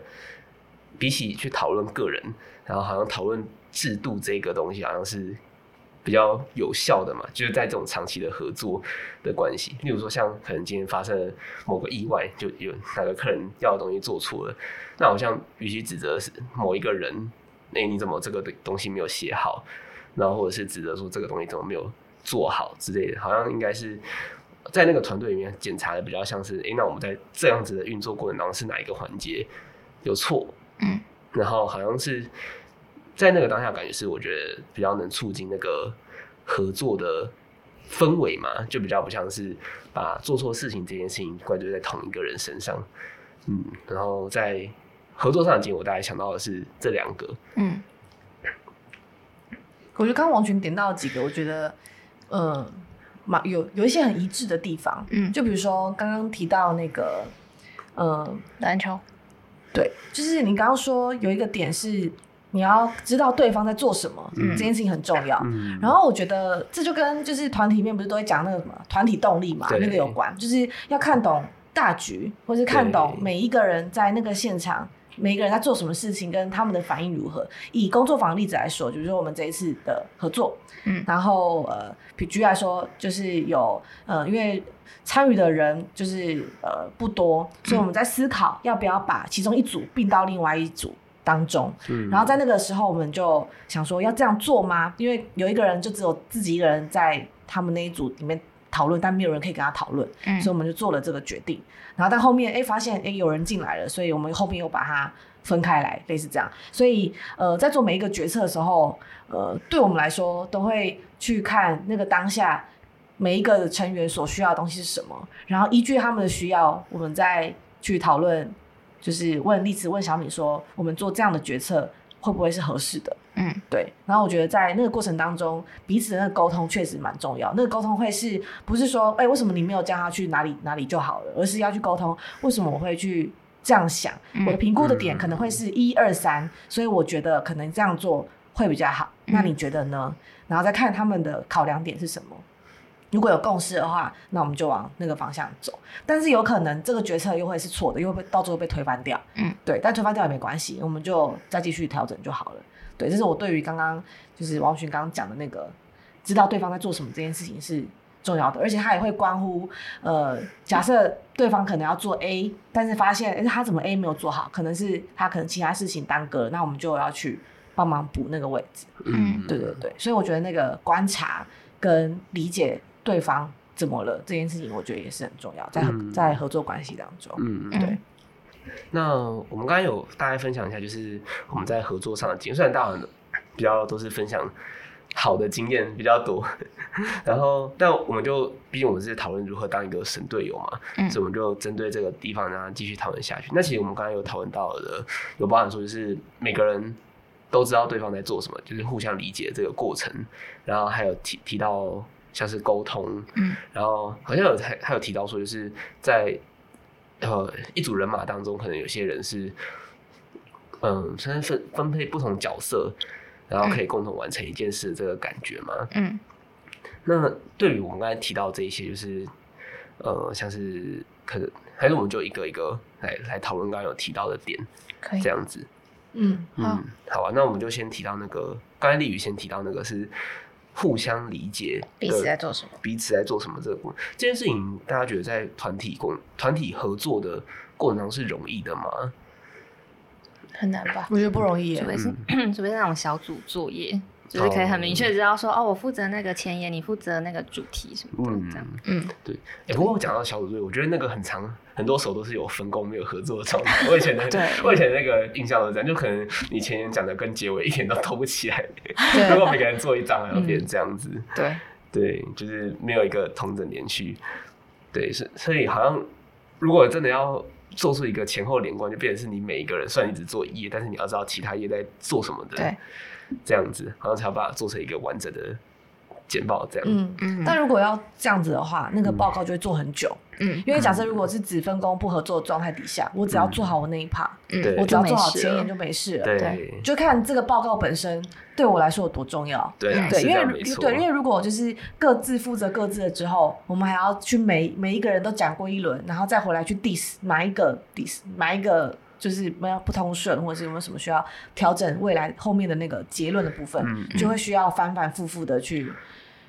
Speaker 3: 比起去讨论个人，然后好像讨论制度这个东西，好像是比较有效的嘛，就是在这种长期的合作的关系。例如说，像可能今天发生了某个意外，就有哪个客人要的东西做错了，那好像与其指责是某一个人，哎、你怎么这个东西没有写好，然后或者是指责说这个东西怎么没有做好之类的，好像应该是在那个团队里面检查的比较像是，诶，那我们在这样子的运作过程当中是哪一个环节有错？
Speaker 2: 嗯，
Speaker 3: 然后好像是在那个当下感觉是我觉得比较能促进那个合作的氛围嘛，就比较不像是把做错事情这件事情怪罪在同一个人身上。嗯，然后在合作上的经验，我大概想到的是这两个。
Speaker 2: 嗯
Speaker 1: 我觉得刚刚王群点到几个，我觉得，嗯，蛮有有一些很一致的地方。
Speaker 2: 嗯，
Speaker 1: 就比如说刚刚提到那个，嗯，
Speaker 2: 篮球，
Speaker 1: 对，就是你刚刚说有一个点是你要知道对方在做什么，
Speaker 3: 嗯
Speaker 1: 这件事情很重要。
Speaker 3: 嗯
Speaker 1: 然后我觉得这就跟就是团体里面不是都会讲那个什么团体动力嘛，
Speaker 3: 对
Speaker 1: 那个有关，就是要看懂大局，或是看懂
Speaker 3: 对
Speaker 1: 每一个人在那个现场。每一个人在做什么事情，跟他们的反应如何？以工作坊的例子来说，就是说我们这一次的合作，
Speaker 2: 嗯
Speaker 1: 然后呃，比举例来说，就是有呃，因为参与的人就是呃不多，所以我们在思考要不要把其中一组并到另外一组。当中。
Speaker 3: 嗯
Speaker 1: 然后在那个时候，我们就想说要这样做吗？因为有一个人就只有自己一个人在他们那一组里面讨论，但没有人可以跟他讨论，
Speaker 2: 嗯
Speaker 1: 所以我们就做了这个决定。然后但后面哎发现哎有人进来了，所以我们后面又把它分开来，类似这样。所以呃，在做每一个决策的时候，呃，对我们来说都会去看那个当下。每一个成员所需要的东西是什么，然后依据他们的需要，我们再去讨论就是问丽子、问小米说，我们做这样的决策会不会是合适的？
Speaker 2: 嗯，
Speaker 1: 对。然后我觉得在那个过程当中，彼此的那个沟通确实蛮重要。那个沟通会是不是说，哎、为什么你没有叫他去哪里哪里就好了，而是要去沟通为什么我会去这样想，
Speaker 2: 嗯
Speaker 1: 我的评估的点可能会是一二三，所以我觉得可能这样做会比较好。
Speaker 2: 嗯
Speaker 1: 那你觉得呢？然后再看他们的考量点是什么。如果有共识的话，那我们就往那个方向走。但是有可能这个决策又会是错的，又会被到最后被推翻掉。
Speaker 2: 嗯，
Speaker 1: 对，但推翻掉也没关系，我们就再继续调整就好了。对，这是我对于刚刚就是王寻刚刚讲的那个，知道对方在做什么这件事情是重要的，而且它也会关乎呃，假设对方可能要做 A，但是发现诶他怎么 A 没有做好，可能是他可能其他事情耽搁了，那我们就要去帮忙补那个位置。
Speaker 2: 嗯
Speaker 1: 对对对，所以我觉得那个观察跟理解对方怎么了这件事情，我觉得也是很重要，在合、
Speaker 3: 嗯
Speaker 1: 在合作关系当中。
Speaker 3: 嗯，
Speaker 2: 嗯
Speaker 3: 对。那我们刚刚有大概分享一下，就是我们在合作上的经验，虽然大家很比较都是分享好的经验比较多， 然后但我们就毕竟我们是讨论如何当一个神队友嘛，
Speaker 2: 嗯
Speaker 3: 所以我们就针对这个地方呢继续讨论下去。那其实我们刚刚有讨论到的，有包含说就是每个人都知道对方在做什么，就是互相理解这个过程，然后还有提提到像是沟通，
Speaker 2: 嗯，
Speaker 3: 然后好像有还还有提到说，就是在呃一组人马当中，可能有些人是嗯，甚至分分配不同角色，然后可以共同完成一件事的这个感觉嘛。
Speaker 2: 嗯
Speaker 3: 那对于我们刚才提到这一些，就是呃，像是可能还是我们就一个一个来来讨论刚刚有提到的点，
Speaker 2: 可以
Speaker 3: 这样子。
Speaker 1: 嗯
Speaker 2: 好
Speaker 3: 嗯，好啊，那我们就先提到那个，刚才丽宇先提到那个是互相理解的，
Speaker 2: 彼此在做什么
Speaker 3: 彼此在做什么这个过这件事情，大家觉得在团体工团体合作的过程中是容易的吗？
Speaker 2: 很难吧？
Speaker 1: 我觉得不容易耶
Speaker 4: 除非是、嗯除非是那种小组作业，就是可以很明确知道说，哦，我负责那个前言，你负责那个主题什么的，
Speaker 3: 嗯
Speaker 4: 这样。
Speaker 2: 嗯，
Speaker 3: 对。哎、不过我讲到小组队，我觉得那个很长，很多手都是有分工没有合作的状态。我以前的
Speaker 1: 对，
Speaker 3: 我以前那个印象都是这样，就可能你前言讲的跟结尾一点都 偷不起来。
Speaker 1: 对
Speaker 3: 如 果每个人做一张，然后变成这样子。
Speaker 2: 对，
Speaker 3: 对，就是没有一个同整连续。对，所所以好像如果真的要做出一个前后连贯，就变成是你每一个人虽然你只做一页，但是你要知道其他页在做什么的，
Speaker 2: 对，
Speaker 3: 这样子，好像才把它做成一个完整的简报这样。
Speaker 1: 嗯。
Speaker 2: 嗯，
Speaker 1: 但如果要这样子的话，那个报告就会做很久，
Speaker 2: 嗯
Speaker 1: 因为假设如果是只分工不合作的状态底下，我只要做好我那一 part，、
Speaker 2: 嗯，
Speaker 3: 对
Speaker 1: 我只要做好
Speaker 2: 就没事
Speaker 1: 前
Speaker 2: 了
Speaker 1: 言就没事了。
Speaker 3: 对
Speaker 1: 就看这个报告本身对我来说有多重要。
Speaker 3: 对啊
Speaker 1: 嗯对，
Speaker 3: 是
Speaker 1: 因
Speaker 3: 这
Speaker 1: 为
Speaker 3: 样
Speaker 1: 如
Speaker 3: 没错。
Speaker 1: 对，因为如果就是各自负责各自的之后，我们还要去每每一个人都讲过一轮，然后再回来去 diss 哪一个 diss 哪一个就是没有不通顺，或者是有没有什么需要调整未来后面的那个结论的部分，
Speaker 3: 嗯
Speaker 1: 就会需要反反复复的去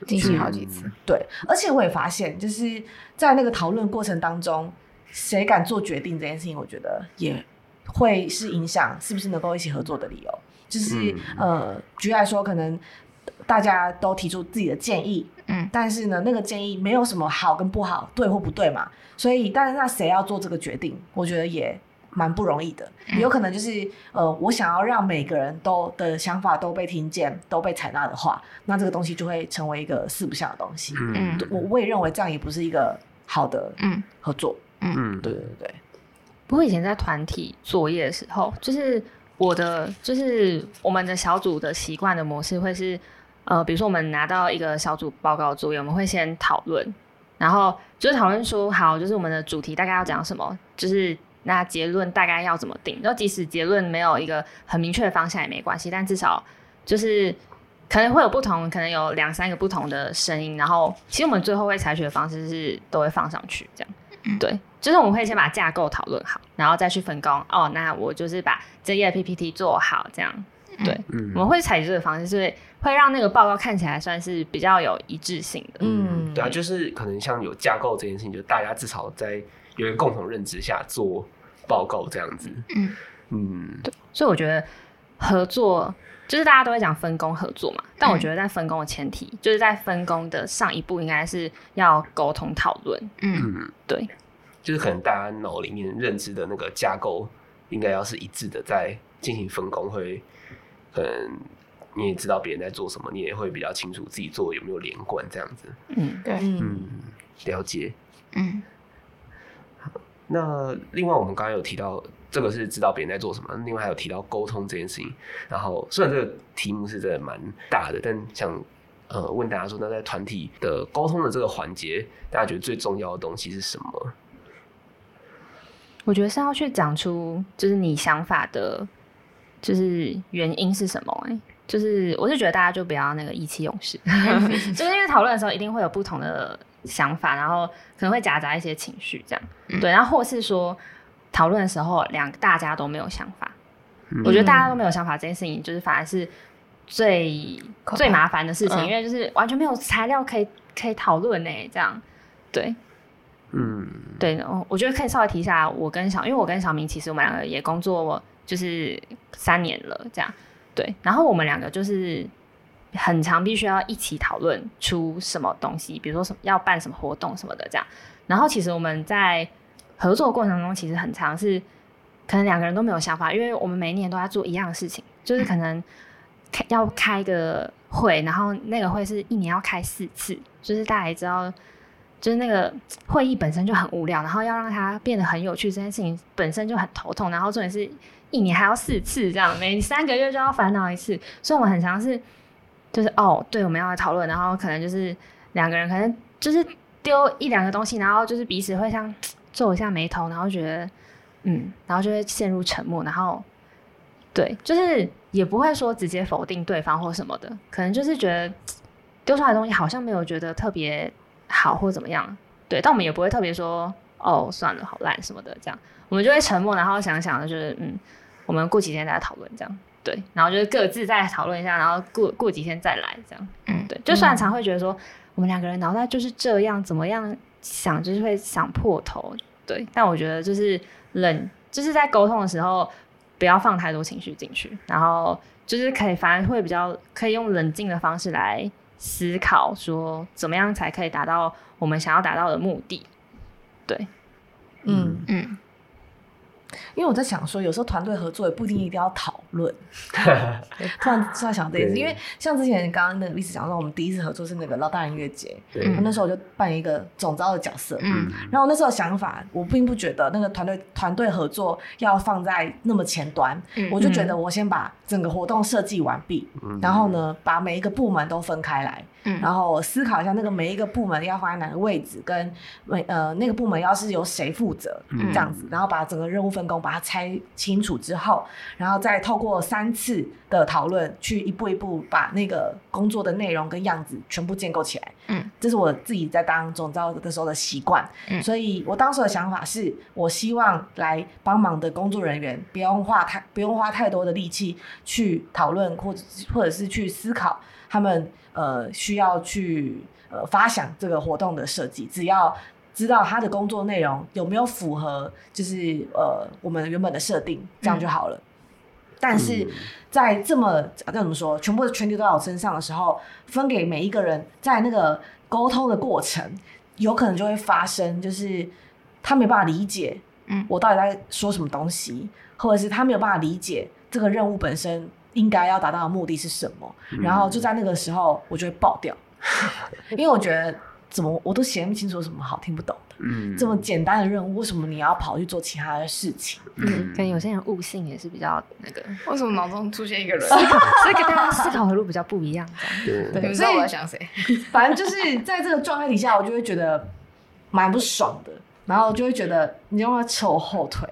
Speaker 2: 进行好几次，
Speaker 1: 对，而且我也发现，就是在那个讨论过程当中，谁敢做决定这件事情，我觉得也会是影响是不是能够一起合作的理由。就是、呃，举例来说，可能大家都提出自己的建议，
Speaker 2: 嗯
Speaker 1: 但是呢，那个建议没有什么好跟不好，对或不对嘛。所以，但是那谁要做这个决定，我觉得也蛮不容易的。有可能就是呃，我想要让每个人都的想法都被听见、都被采纳的话，那这个东西就会成为一个四不像的东西。
Speaker 3: 嗯
Speaker 2: 嗯
Speaker 1: 我我也认为这样也不是一个好的
Speaker 2: 嗯
Speaker 1: 合作。
Speaker 3: 嗯，
Speaker 1: 对对对，
Speaker 4: 不过以前在团体作业的时候，就是我的就是我们的小组的习惯的模式会是，呃，比如说我们拿到一个小组报告作业，我们会先讨论，然后就是讨论说好，就是我们的主题大概要讲什么，就是那结论大概要怎么定。然后即使结论没有一个很明确的方向也没关系，但至少就是可能会有不同，可能有两三个不同的声音。然后其实我们最后会采取的方式是都会放上去这样。对，就是我们会先把架构讨论好，然后再去分工。哦，那我就是把这页的 PPT 做好，这样。对，
Speaker 3: 嗯
Speaker 4: 我们会采取这个方式，所以会让那个报告看起来算是比较有一致性的。
Speaker 1: 嗯
Speaker 3: 对啊，就是可能像有架构这件事情，就大家至少在有一个共同认知下做报告这样子。
Speaker 2: 嗯，
Speaker 3: 嗯，
Speaker 4: 所以我觉得合作就是大家都会讲分工合作嘛，但我
Speaker 2: 嗯
Speaker 4: 觉得在分工的前提，就是在分工的上一步应该是要沟通讨论。
Speaker 2: 嗯，
Speaker 3: 嗯，
Speaker 4: 对，
Speaker 3: 就是可能大家脑里面认知的那个架构应该要是一致的，在进行分工会，可能你也知道别人在做什么，你也会比较清楚自己做有没有连贯这样子。
Speaker 4: 嗯，
Speaker 2: 对，
Speaker 1: 嗯，
Speaker 3: 嗯，了解。
Speaker 2: 嗯
Speaker 3: 那另外我们刚刚有提到，这个是知道别人在做什么，另外还有提到沟通这件事情。然后虽然这个题目是真的蛮大的，但想呃问大家说，那在团体的沟通的这个环节，大家觉得最重要的东西是什么？
Speaker 4: 我觉得是要去讲出就是你想法的，就是原因是什么、欸。就是我是觉得大家就不要那个意气用事， 就是因为讨论的时候一定会有不同的想法，然后可能会夹杂一些情绪这样。
Speaker 2: 嗯
Speaker 4: 对，然后或是说讨论的时候两大家都没有想法，
Speaker 2: 嗯
Speaker 4: 我觉得大家都没有想法这件事情，就是反而是最
Speaker 2: 可怕
Speaker 4: 最麻烦的事情，
Speaker 2: 嗯
Speaker 4: 因为就是完全没有材料可以可以讨论呢。这样，对
Speaker 3: 嗯
Speaker 4: 对，哦我觉得可以稍微提一下我跟小，因为我跟小明其实我们两个也工作就是三年了，这样对，然后我们两个就是。很长，必须要一起讨论出什么东西，比如说什么要办什么活动什么的这样。然后其实我们在合作过程中，其实很常是可能两个人都没有想法，因为我们每一年都在做一样的事情，就是可能开要开个会，然后那个会是一年要开四次，就是大家也知道，就是那个会议本身就很无聊，然后要让它变得很有趣，这件事情本身就很头痛，然后重点是一年还要四次这样，每三个月就要烦恼一次，所以我们很常是就是哦，对，我们要来讨论，然后可能就是两个人可能就是丢一两个东西，然后就是彼此会像皱一下眉头，然后觉得嗯，然后就会陷入沉默，然后对，就是也不会说直接否定对方或什么的，可能就是觉得丢出来的东西好像没有觉得特别好或怎么样，对，但我们也不会特别说哦算了，好烂什么的，这样我们就会沉默，然后想想就是嗯，我们过几天再讨论这样。对，然后就是各自再讨论一下，然后过过几天再来这样。
Speaker 2: 嗯，
Speaker 4: 对，就虽然常会觉得说、我们两个人脑袋就是这样，怎么样想就是会想破头，对。但我觉得就是冷，就是在沟通的时候不要放太多情绪进去，然后就是可以反而会比较可以用冷静的方式来思考，说怎么样才可以达到我们想要达到的目的。
Speaker 1: 嗯，
Speaker 2: 嗯，
Speaker 1: 因为我在想说，有时候团队合作也不一定一定要讨论。突然突然想到这件事，
Speaker 3: 对
Speaker 1: 因为像之前刚刚那个历史讲到，我们第一次合作是那个老大音乐节，
Speaker 3: 对，
Speaker 1: 然后那时候我就扮演一个总招的角色。
Speaker 2: 嗯
Speaker 1: 然后那时候想法，我并不觉得那个团队团队合作要放在那么前端，
Speaker 2: 嗯
Speaker 1: 我就觉得我先把整个活动设计完毕，
Speaker 3: 嗯
Speaker 1: 然后呢，把每一个部门都分开来，
Speaker 2: 嗯
Speaker 1: 然后思考一下那个每一个部门要放在哪个位置，跟每呃那个部门要是由谁负责、
Speaker 3: 嗯
Speaker 1: 这样子，然后把整个任务分工把它拆清楚之后，然后再透过三次的讨论，去一步一步把那个工作的内容跟样子全部建构起来。
Speaker 2: 嗯，
Speaker 1: 这是我自己在当总招的时候的习惯，
Speaker 2: 嗯
Speaker 1: 所以我当时的想法是，我希望来帮忙的工作人员不用花太不用花太多的力气去讨论或者或者是去思考他们呃需要去呃发想这个活动的设计，只要知道他的工作内容有没有符合，就是呃我们原本的设定，这样就好了。但是
Speaker 3: 嗯
Speaker 1: 在这么呃要怎么说，全部的全球都在我身上的时候，分给每一个人，在那个沟通的过程，有可能就会发生，就是他没办法理解
Speaker 2: 嗯
Speaker 1: 我到底在说什么东西，或者是他没有办法理解这个任务本身应该要达到的目的是什么，然后就在那个时候，我就会爆掉，因为我觉得怎么我都写不清楚有什么好听不懂的，
Speaker 3: 嗯
Speaker 1: 这么简单的任务，为什么你要跑去做其他的事情？
Speaker 4: 嗯，可能有些人悟性也是比较那个，
Speaker 2: 为什么脑中出现一个人？
Speaker 4: 所以跟大家思考的路比较不一样。这
Speaker 3: 对
Speaker 4: 样
Speaker 2: 你
Speaker 1: 对，
Speaker 2: 们知
Speaker 1: 所
Speaker 2: 道
Speaker 1: 以
Speaker 2: 我在想谁？
Speaker 1: 反正就是在这个状态底下，我就会觉得蛮不爽的，然后就会觉得你让我扯我后腿。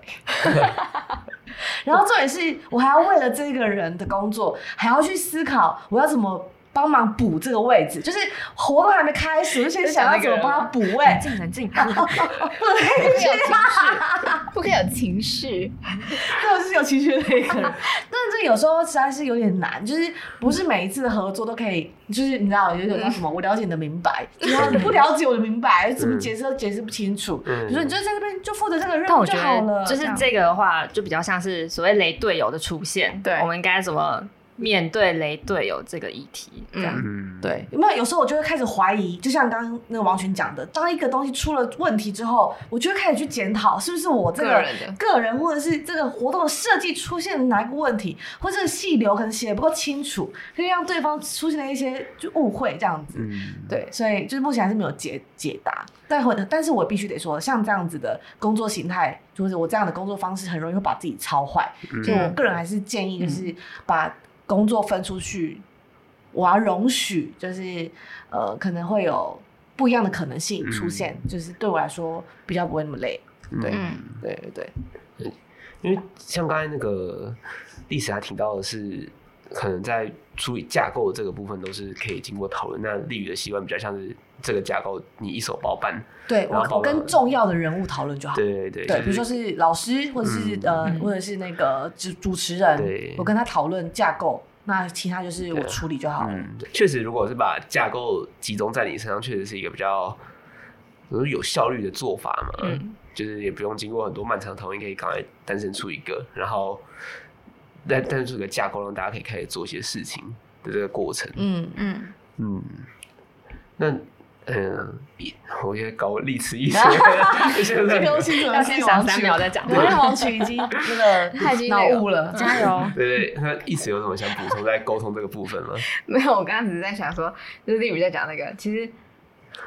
Speaker 1: 然后重点是我还要为了这个人的工作，还要去思考我要怎么。帮忙补这个位置，就是活动还没开始，我就先想要怎么帮他补位
Speaker 2: 冷。静冷静，
Speaker 1: 对，
Speaker 2: 不可以有情绪，不可以有情绪。
Speaker 1: 这是有情绪的一 个人，但是有时候实在是有点难，就是不是每一次的合作都可以，就是你知道有一种叫什么，我了解你的明白，
Speaker 4: 嗯
Speaker 1: 然后你不了解我的明白，怎么解释都解释不清楚，
Speaker 3: 嗯
Speaker 1: 比如说你就在这边就负责这个任
Speaker 4: 但
Speaker 1: 务
Speaker 4: 我觉
Speaker 1: 就好
Speaker 4: 得
Speaker 1: 了，
Speaker 4: 就是
Speaker 1: 这样
Speaker 4: 这个的话，就比较像是所谓雷队友的出现，
Speaker 2: 对
Speaker 4: 我们应该怎么面对雷队友这个议题？这样，
Speaker 3: 嗯，
Speaker 1: 对，有没有？有时候我就会开始怀疑，就像刚刚那个王群讲的，当一个东西出了问题之后，我就会开始去检讨，是不是我这个
Speaker 2: 个人的
Speaker 1: 个人或者是这个活动的设计出现了哪一个问题，或者这个细流可能写得不够清楚，可以让对方出现了一些就误会这样子。
Speaker 3: 嗯，
Speaker 1: 对，所以就是目前还是没有解解答，但会，但是我必须得说，像这样子的工作形态，就是我这样的工作方式，很容易会把自己操坏。
Speaker 3: 嗯
Speaker 1: 所以我个人还是建议，就是把工作分出去，我要容许，就是呃，可能会有不一样的可能性出现，就是对我来说比较不会那么累。对
Speaker 2: 嗯，
Speaker 1: 对对对，
Speaker 3: 因为像刚才那个历史他提到的是，可能在处理架构这个部分都是可以经过讨论。那立宇的习惯比较像是这个架构你一手包办，
Speaker 1: 对
Speaker 3: 然后
Speaker 1: 我我跟重要的人物讨论就好。
Speaker 3: 对对对，
Speaker 1: 对，
Speaker 3: 就
Speaker 1: 比如说是老师，或者是、
Speaker 3: 嗯
Speaker 1: 呃
Speaker 2: 嗯，
Speaker 1: 或者是那个主主持人
Speaker 3: 对，
Speaker 1: 我跟他讨论架构，那其他就是我
Speaker 3: 对
Speaker 1: 处理就好了。
Speaker 3: 嗯，确实，如果是把架构集中在你身上，确实是一个比较呃有效率的做法嘛。
Speaker 4: 嗯，
Speaker 3: 就是也不用经过很多漫长的讨论，可以赶快诞生出一个，然后但诞生出一个架构，让大家可以开始做一些事情的这个过程。
Speaker 1: 嗯，
Speaker 2: 嗯，
Speaker 3: 嗯，那嗯，一我觉得搞历史艺术，现在
Speaker 1: 西
Speaker 4: 要先想三 秒再讲
Speaker 1: 因为王曲已经那个
Speaker 2: 他已经
Speaker 1: 脑
Speaker 2: 那个
Speaker 1: 雾了，
Speaker 4: 加油！
Speaker 3: 对对，那意思有什么想补充在沟通这个部分吗？
Speaker 2: 没有，我刚刚只是在想说，就是丽宇在讲那个，其实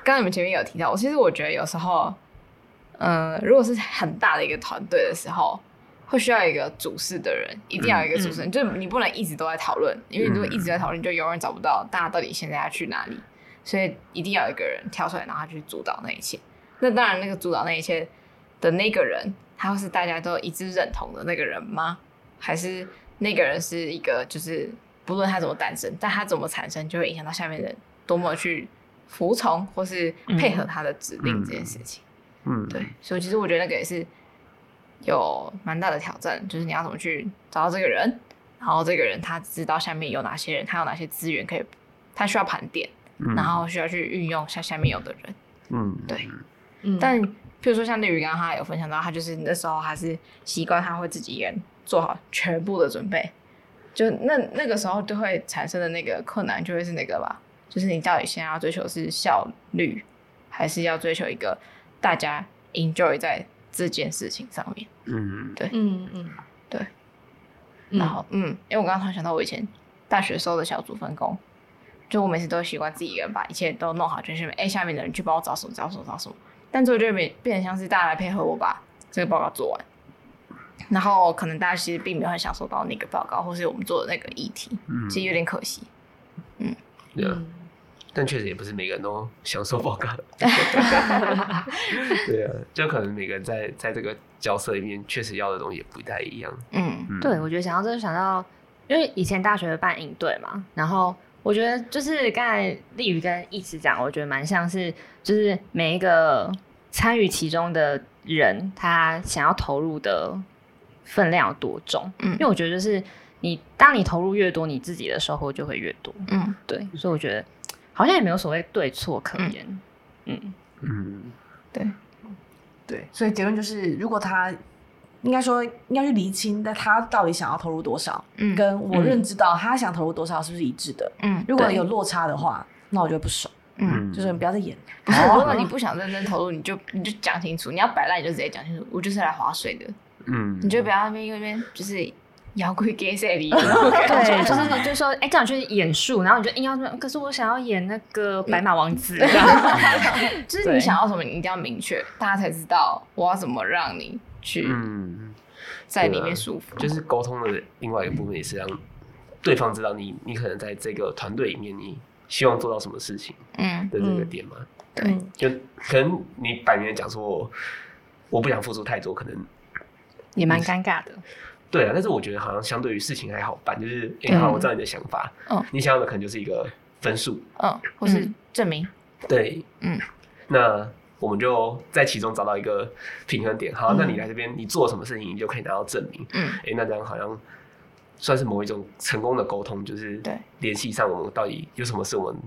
Speaker 2: 刚刚你们前面有提到，我其实我觉得有时候，嗯、如果是很大的一个团队的时候。会需要一个主事的人，一定要有一个主事人，就是你不能一直都在讨论，因为你如果一直在讨论，你就永远找不到大家到底现在要去哪里，所以一定要有一个人跳出来，然后他去主导那一切。那当然，那个主导那一切的那个人，他会是大家都一致认同的那个人吗？还是那个人是一个就是不论他怎么诞生，但他怎么产生，就会影响到下面的人多么去服从或是配合他的指令这件事情。
Speaker 3: 嗯，
Speaker 2: 对，所以其实我觉得那个也是有蛮大的挑战，就是你要怎么去找到这个人，然后这个人他知道下面有哪些人，他有哪些资源可以，他需要盘点，
Speaker 3: 嗯，
Speaker 2: 然后需要去运用下下面有的人。
Speaker 3: 嗯，
Speaker 2: 对
Speaker 1: 嗯
Speaker 2: 但譬如说像丽宇刚刚他有分享到，他就是那时候还是习惯他会自己一个人做好全部的准备，就那那个时候就会产生的那个困难就会是那个吧，就是你到底现在要追求是效率，还是要追求一个大家 enjoy 在这件事情上面？
Speaker 3: 嗯
Speaker 1: 嗯嗯，
Speaker 2: 对
Speaker 1: 嗯，
Speaker 2: 然后嗯，因为我刚刚突然想到我以前大学时候的小组分工，就我每次都习惯自己一个人把一切都弄好，就是哎下面的人去帮我找什么找什么找什么，但最后就会变变成像是大家来配合我把这个报告做完，然后可能大家其实并没有很享受到那个报告或是我们做的那个议题，
Speaker 3: 嗯，
Speaker 2: 其实有点可惜。
Speaker 3: 对啊但确实也不是每个人都享受报告。对啊，就可能每个人在在这个角色里面，确实要的东西也不太一样。
Speaker 2: 嗯
Speaker 3: 嗯，
Speaker 4: 对，我觉得想到这就想到，因为以前大学办营队嘛，然后我觉得就是刚才丽宇跟一起讲，我觉得蛮像是就是每一个参与其中的人，他想要投入的分量有多重，
Speaker 2: 嗯
Speaker 4: 因为我觉得就是你当你投入越多，你自己的收获就会越多，
Speaker 2: 嗯，
Speaker 4: 对，所以我觉得好像也没有所谓对错可言，嗯
Speaker 3: 嗯
Speaker 2: 对，
Speaker 1: 对，所以结论就是，如果他应该说应该去厘清，那他到底想要投入多少，
Speaker 2: 嗯
Speaker 1: 跟我认知到他想投入多少是不是一致的。
Speaker 2: 嗯，
Speaker 1: 如果有落差的话，那我就会不爽，
Speaker 2: 嗯，
Speaker 1: 就是不要再演了。
Speaker 2: 不是，
Speaker 1: 好
Speaker 2: 如果你不想认真投入，你就你就讲清楚，你要摆烂你就直接讲清楚，我就是来划水的，
Speaker 3: 嗯，
Speaker 2: 你就不要那边那边就是摇滚给谁理，对
Speaker 4: 对，就是就是说，哎、叫你去演树，然后你就硬要说，可是我想要演那个白马王 子，
Speaker 2: 就是你想要什么，你一定要明确，大家才知道我要怎么让你去
Speaker 3: 嗯，啊
Speaker 2: 在里面舒服。
Speaker 3: 就是沟通的另外一个部分，也是让对方知道你你可能在这个团队里面，你希望做到什么事情
Speaker 2: 嗯
Speaker 3: 的这个点嘛。
Speaker 2: 对
Speaker 1: 嗯
Speaker 3: 就可能你摆明了讲说我我不想付出太多，可能
Speaker 4: 也蛮尴尬的。
Speaker 3: 对啊，但是我觉得好像相对于事情还好办，就是哎、
Speaker 2: 对
Speaker 3: 好，我知道你的想法，
Speaker 2: 嗯
Speaker 3: 你想要的可能就是一个分数，
Speaker 2: 嗯，或是证明，
Speaker 3: 对，
Speaker 2: 嗯，
Speaker 3: 那我们就在其中找到一个平衡点。好，那
Speaker 2: 嗯
Speaker 3: 你来这边，你做什么事情，你就可以拿到证明。
Speaker 2: 嗯
Speaker 3: 诶，那这样好像算是某一种成功的沟通，就是
Speaker 2: 对
Speaker 3: 联系上我们到底有什么是我们，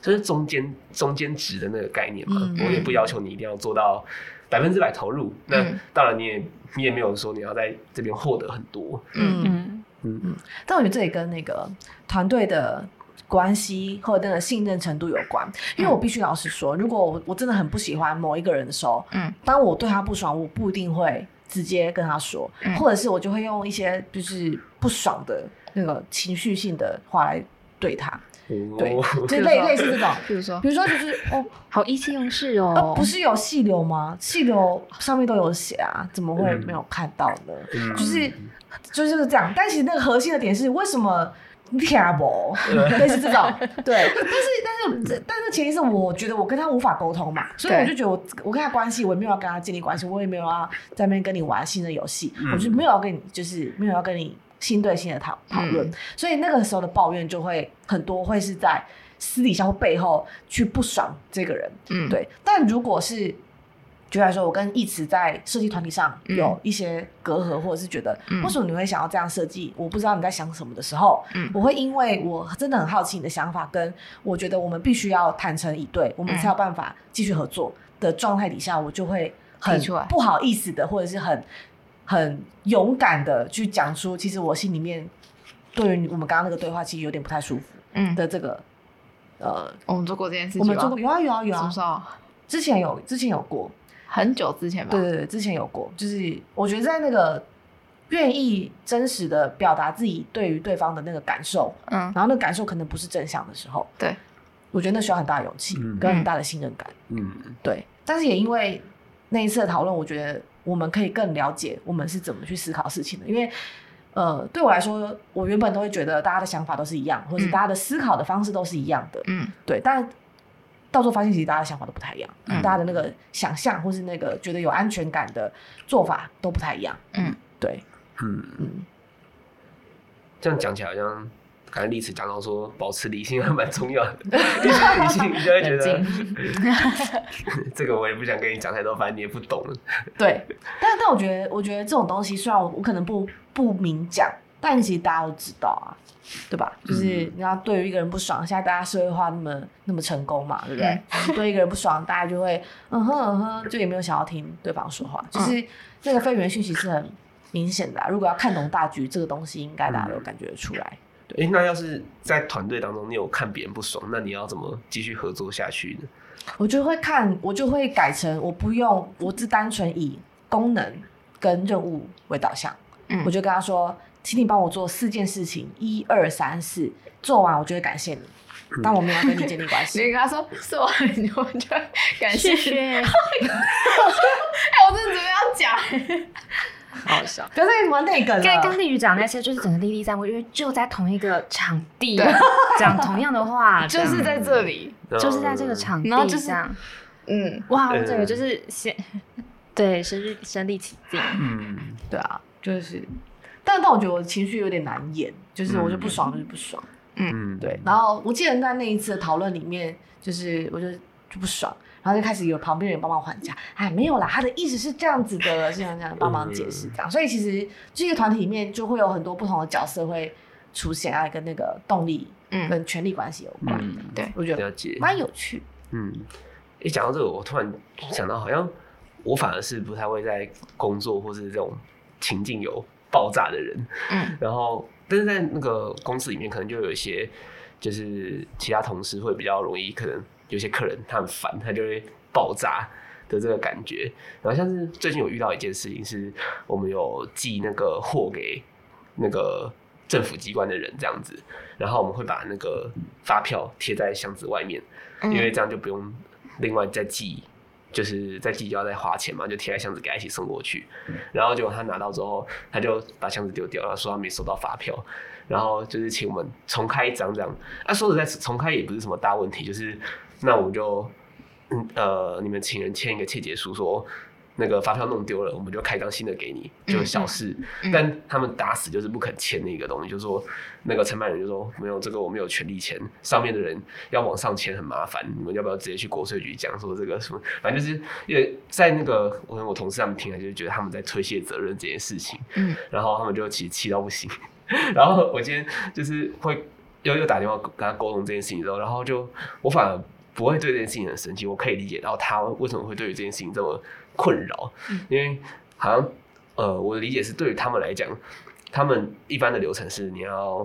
Speaker 3: 就是中间中间值的那个概念嘛。
Speaker 1: 嗯
Speaker 3: 我也不要求你一定要做到百分之百投入，那
Speaker 2: 嗯
Speaker 3: 当然你也你也没有说你要在这边获得很多。
Speaker 2: 嗯
Speaker 4: 嗯，
Speaker 1: 但我觉得这也跟那个团队的关系或者那个信任程度有关。因为我必须老实说，如果我我真的很不喜欢某一个人的时候，
Speaker 2: 嗯，
Speaker 1: 当我对他不爽，我不一定会直接跟他说，
Speaker 2: 嗯
Speaker 1: 或者是我就会用一些就是不爽的那个情绪性的话来对他， 对
Speaker 3: 哦，
Speaker 1: 就
Speaker 2: 比如
Speaker 1: 类
Speaker 2: 说
Speaker 1: 类似这种。
Speaker 2: 比如 说
Speaker 1: 比如说，就是哦，
Speaker 4: 好意气用事哦，
Speaker 1: 呃，不是有细流吗？细流上面都有写啊，怎么会没有看到呢？
Speaker 3: 嗯
Speaker 1: 就是就是这样。但其实那个核心的点是，为什么你听不？类似这 种，对。但是但是但是前提是，我觉得我跟他无法沟通嘛，所以
Speaker 2: 对
Speaker 1: 我就觉得我我跟他关系，我也没有要跟他建立关系，我也没有要在那边跟你玩新的游戏，
Speaker 3: 嗯
Speaker 1: 我就没有要跟你就是没有要跟你心对心的讨讨
Speaker 3: 嗯
Speaker 1: 论，所以那个时候的抱怨就会很多，会是在私底下或背后去不爽这个人。
Speaker 2: 嗯，
Speaker 1: 对，但如果是举例来说，我跟义慈在设计团体上
Speaker 2: 嗯
Speaker 1: 有一些隔阂，或者是觉得、
Speaker 2: 嗯
Speaker 1: 为什么你会想要这样设计，我不知道你在想什么的时候，
Speaker 2: 嗯
Speaker 1: 我会因为我真的很好奇你的想法，跟我觉得我们必须要坦诚以对，我们
Speaker 2: 嗯
Speaker 1: 才有办法继续合作的状态底下，我就会很
Speaker 2: 提出来
Speaker 1: 不好意思的，或者是很很勇敢的去讲出，其实我心里面对于我们刚刚那个对话，其实有点不太舒服
Speaker 2: 嗯，哦
Speaker 1: 的这个。呃，
Speaker 2: 我们做过这件事情
Speaker 1: 我
Speaker 2: 吗，
Speaker 1: 们做过有啊有啊有啊，
Speaker 2: 什么时候？
Speaker 1: 之前有，之前有过，
Speaker 2: 很久之前吧，
Speaker 1: 对对对，之前有过，就是我觉得在那个愿意真实的表达自己对于对方的那个感受，
Speaker 2: 嗯
Speaker 1: 然后那个感受可能不是正向的时候，
Speaker 2: 对，
Speaker 1: 我觉得那需要很大的勇气
Speaker 3: 嗯
Speaker 1: 跟很大的信任感，
Speaker 3: 嗯，
Speaker 1: 对，但是也因为那一次的讨论，我觉得我们可以更了解我们是怎么去思考事情的，因为。呃，对我来说，我原本都会觉得大家的想法都是一样，或者
Speaker 2: 嗯
Speaker 1: 是大家的思考的方式都是一样的，
Speaker 2: 嗯
Speaker 1: 对，但到时候发现其实大家的想法都不太一样，
Speaker 2: 嗯
Speaker 1: 大家的那个想象或是那个觉得有安全感的做法都不太一样。
Speaker 2: 嗯，
Speaker 1: 对，
Speaker 3: 嗯。
Speaker 1: 嗯，
Speaker 3: 这样讲起来好像。感觉历史讲到说，保持理性还蛮重要的。一不理性，你就会觉得 这个我也不想跟你讲太多，反正你也不懂。
Speaker 1: 对。但但我觉得，我觉得这种东西虽然我我可能不不明讲，但其实大家都知道啊，对吧？
Speaker 2: 嗯
Speaker 1: 就是你要对于一个人不爽，现在大家社会化那么那么成功嘛，对不
Speaker 2: 嗯
Speaker 1: 对？对一个人不爽，大家就会嗯哼嗯哼，就也没有想要听对方说话，
Speaker 2: 嗯
Speaker 1: 就是那个非语言讯息是很明显的、啊。如果要看懂大局，这个东西应该大家都感觉得出来。
Speaker 3: 诶、那要是在团队当中，你有看别人不爽，那你要怎么继续合作下去呢？
Speaker 1: 我就会看，我就会改成我不用，我只单纯以功能跟任务为导向。
Speaker 2: 嗯
Speaker 1: 我就跟他说，请你帮我做四件事情，一二三四，做完我就会感谢你。但我没有要跟你建立关
Speaker 2: 你
Speaker 1: 系，
Speaker 2: 跟他说是我，你就就感谢
Speaker 4: 谢。谢，
Speaker 2: 哎，我真的准备要讲，
Speaker 4: 好笑。
Speaker 1: 不要再玩那个
Speaker 4: 刚刚
Speaker 1: 了。
Speaker 4: 丽宇讲那些，就是整个历历在目，因为就在同一个场地
Speaker 2: 对
Speaker 4: 讲同样的 话，这
Speaker 2: 就
Speaker 4: 样
Speaker 2: 是在这里，
Speaker 4: 就是在这个场地
Speaker 2: 然后就是
Speaker 4: 这样。
Speaker 2: 嗯，
Speaker 4: 哇，
Speaker 3: 呃
Speaker 4: 我整个就是先 对身临身临其境，
Speaker 3: 嗯，
Speaker 1: 对啊，就是，但但我觉得我的情绪有点难演，就是我就不爽，就是不爽。
Speaker 3: 嗯嗯，
Speaker 1: 对，然后我记得在那一次的讨论里面，就是我就就不爽，然后就开始有旁边人帮忙还价，哎，没有啦，他的意思是这样子的，是这样这样帮忙解释
Speaker 3: 嗯
Speaker 1: 这样，所以其实这个团体里面就会有很多不同的角色会出现啊，跟那个动力
Speaker 2: 嗯
Speaker 1: 跟权力关系有关，
Speaker 3: 嗯，
Speaker 2: 对
Speaker 1: 我觉得
Speaker 3: 了解。
Speaker 1: 蛮有趣。
Speaker 3: 嗯，一讲到这个，我突然想到，好像我反而是不太会在工作或是这种情境有爆炸的人。
Speaker 2: 嗯，
Speaker 3: 然后但是在那个公司里面，可能就有一些就是其他同事会比较容易，可能有些客人他很烦，他就会爆炸的这个感觉。然后像是最近有遇到一件事情，是我们有寄那个货给那个政府机关的人这样子，然后我们会把那个发票贴在箱子外面，
Speaker 2: 嗯
Speaker 3: 因为这样就不用另外再寄。就是在寄就要再花钱嘛，就贴在箱子给他一起送过去。然后结果他拿到之后，他就把箱子丢掉，然后说他没收到发票，然后就是请我们重开一张这样。啊，说实在，重开也不是什么大问题，就是那我们就嗯呃，你们请人签一个切结书说。那个发票弄丢了，我们就开一张新的给你，就是小事。
Speaker 2: 嗯
Speaker 3: 但他们打死就是不肯签那个东西，就说那个承办人就说没有这个我没有权利签，上面的人要往上签很麻烦，你们要不要直接去国税局讲说这个什么？反正就是也在那个我我同事他们听来就是觉得他们在推卸责任这件事情，
Speaker 2: 嗯，
Speaker 3: 然后他们就其实气到不行。 然后我今天就是会又又打电话跟他沟通这件事情之后，然后就我反而不会对这件事情很生气，我可以理解到他为什么会对于这件事情这么困扰，因为好像呃，我的理解是对于他们来讲，他们一般的流程是你要。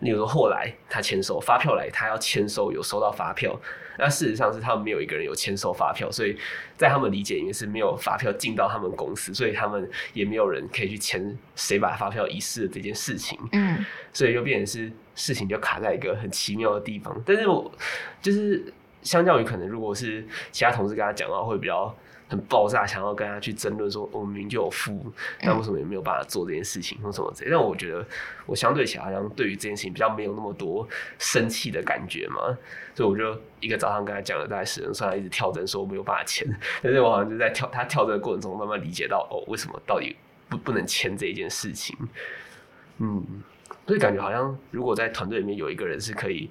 Speaker 3: 例如说货来他签收，发票来他要签收，有收到发票。那事实上是他们没有一个人有签收发票，所以在他们理解里面是没有发票进到他们公司，所以他们也没有人可以去签谁把发票遗失的这件事情。
Speaker 2: 嗯，
Speaker 3: 所以就变成是事情就卡在一个很奇妙的地方。但是我就是相较于可能如果是其他同事跟他讲的话，会比较很爆炸，想要跟他去争论说，我明明就有付，但为什么也没有办法做这件事情或什么之类。但我觉得我相对起来好像对于这件事情比较没有那么多生气的感觉嘛，所以我就一个早上跟他讲了大概十分，算他一直跳针说我没有办法签， 但是我好像就在跳他跳针的过程中慢慢理解到哦，为什么到底不不能签这一件事情，嗯。所以感觉好像，如果在团队里面有一个人是可以，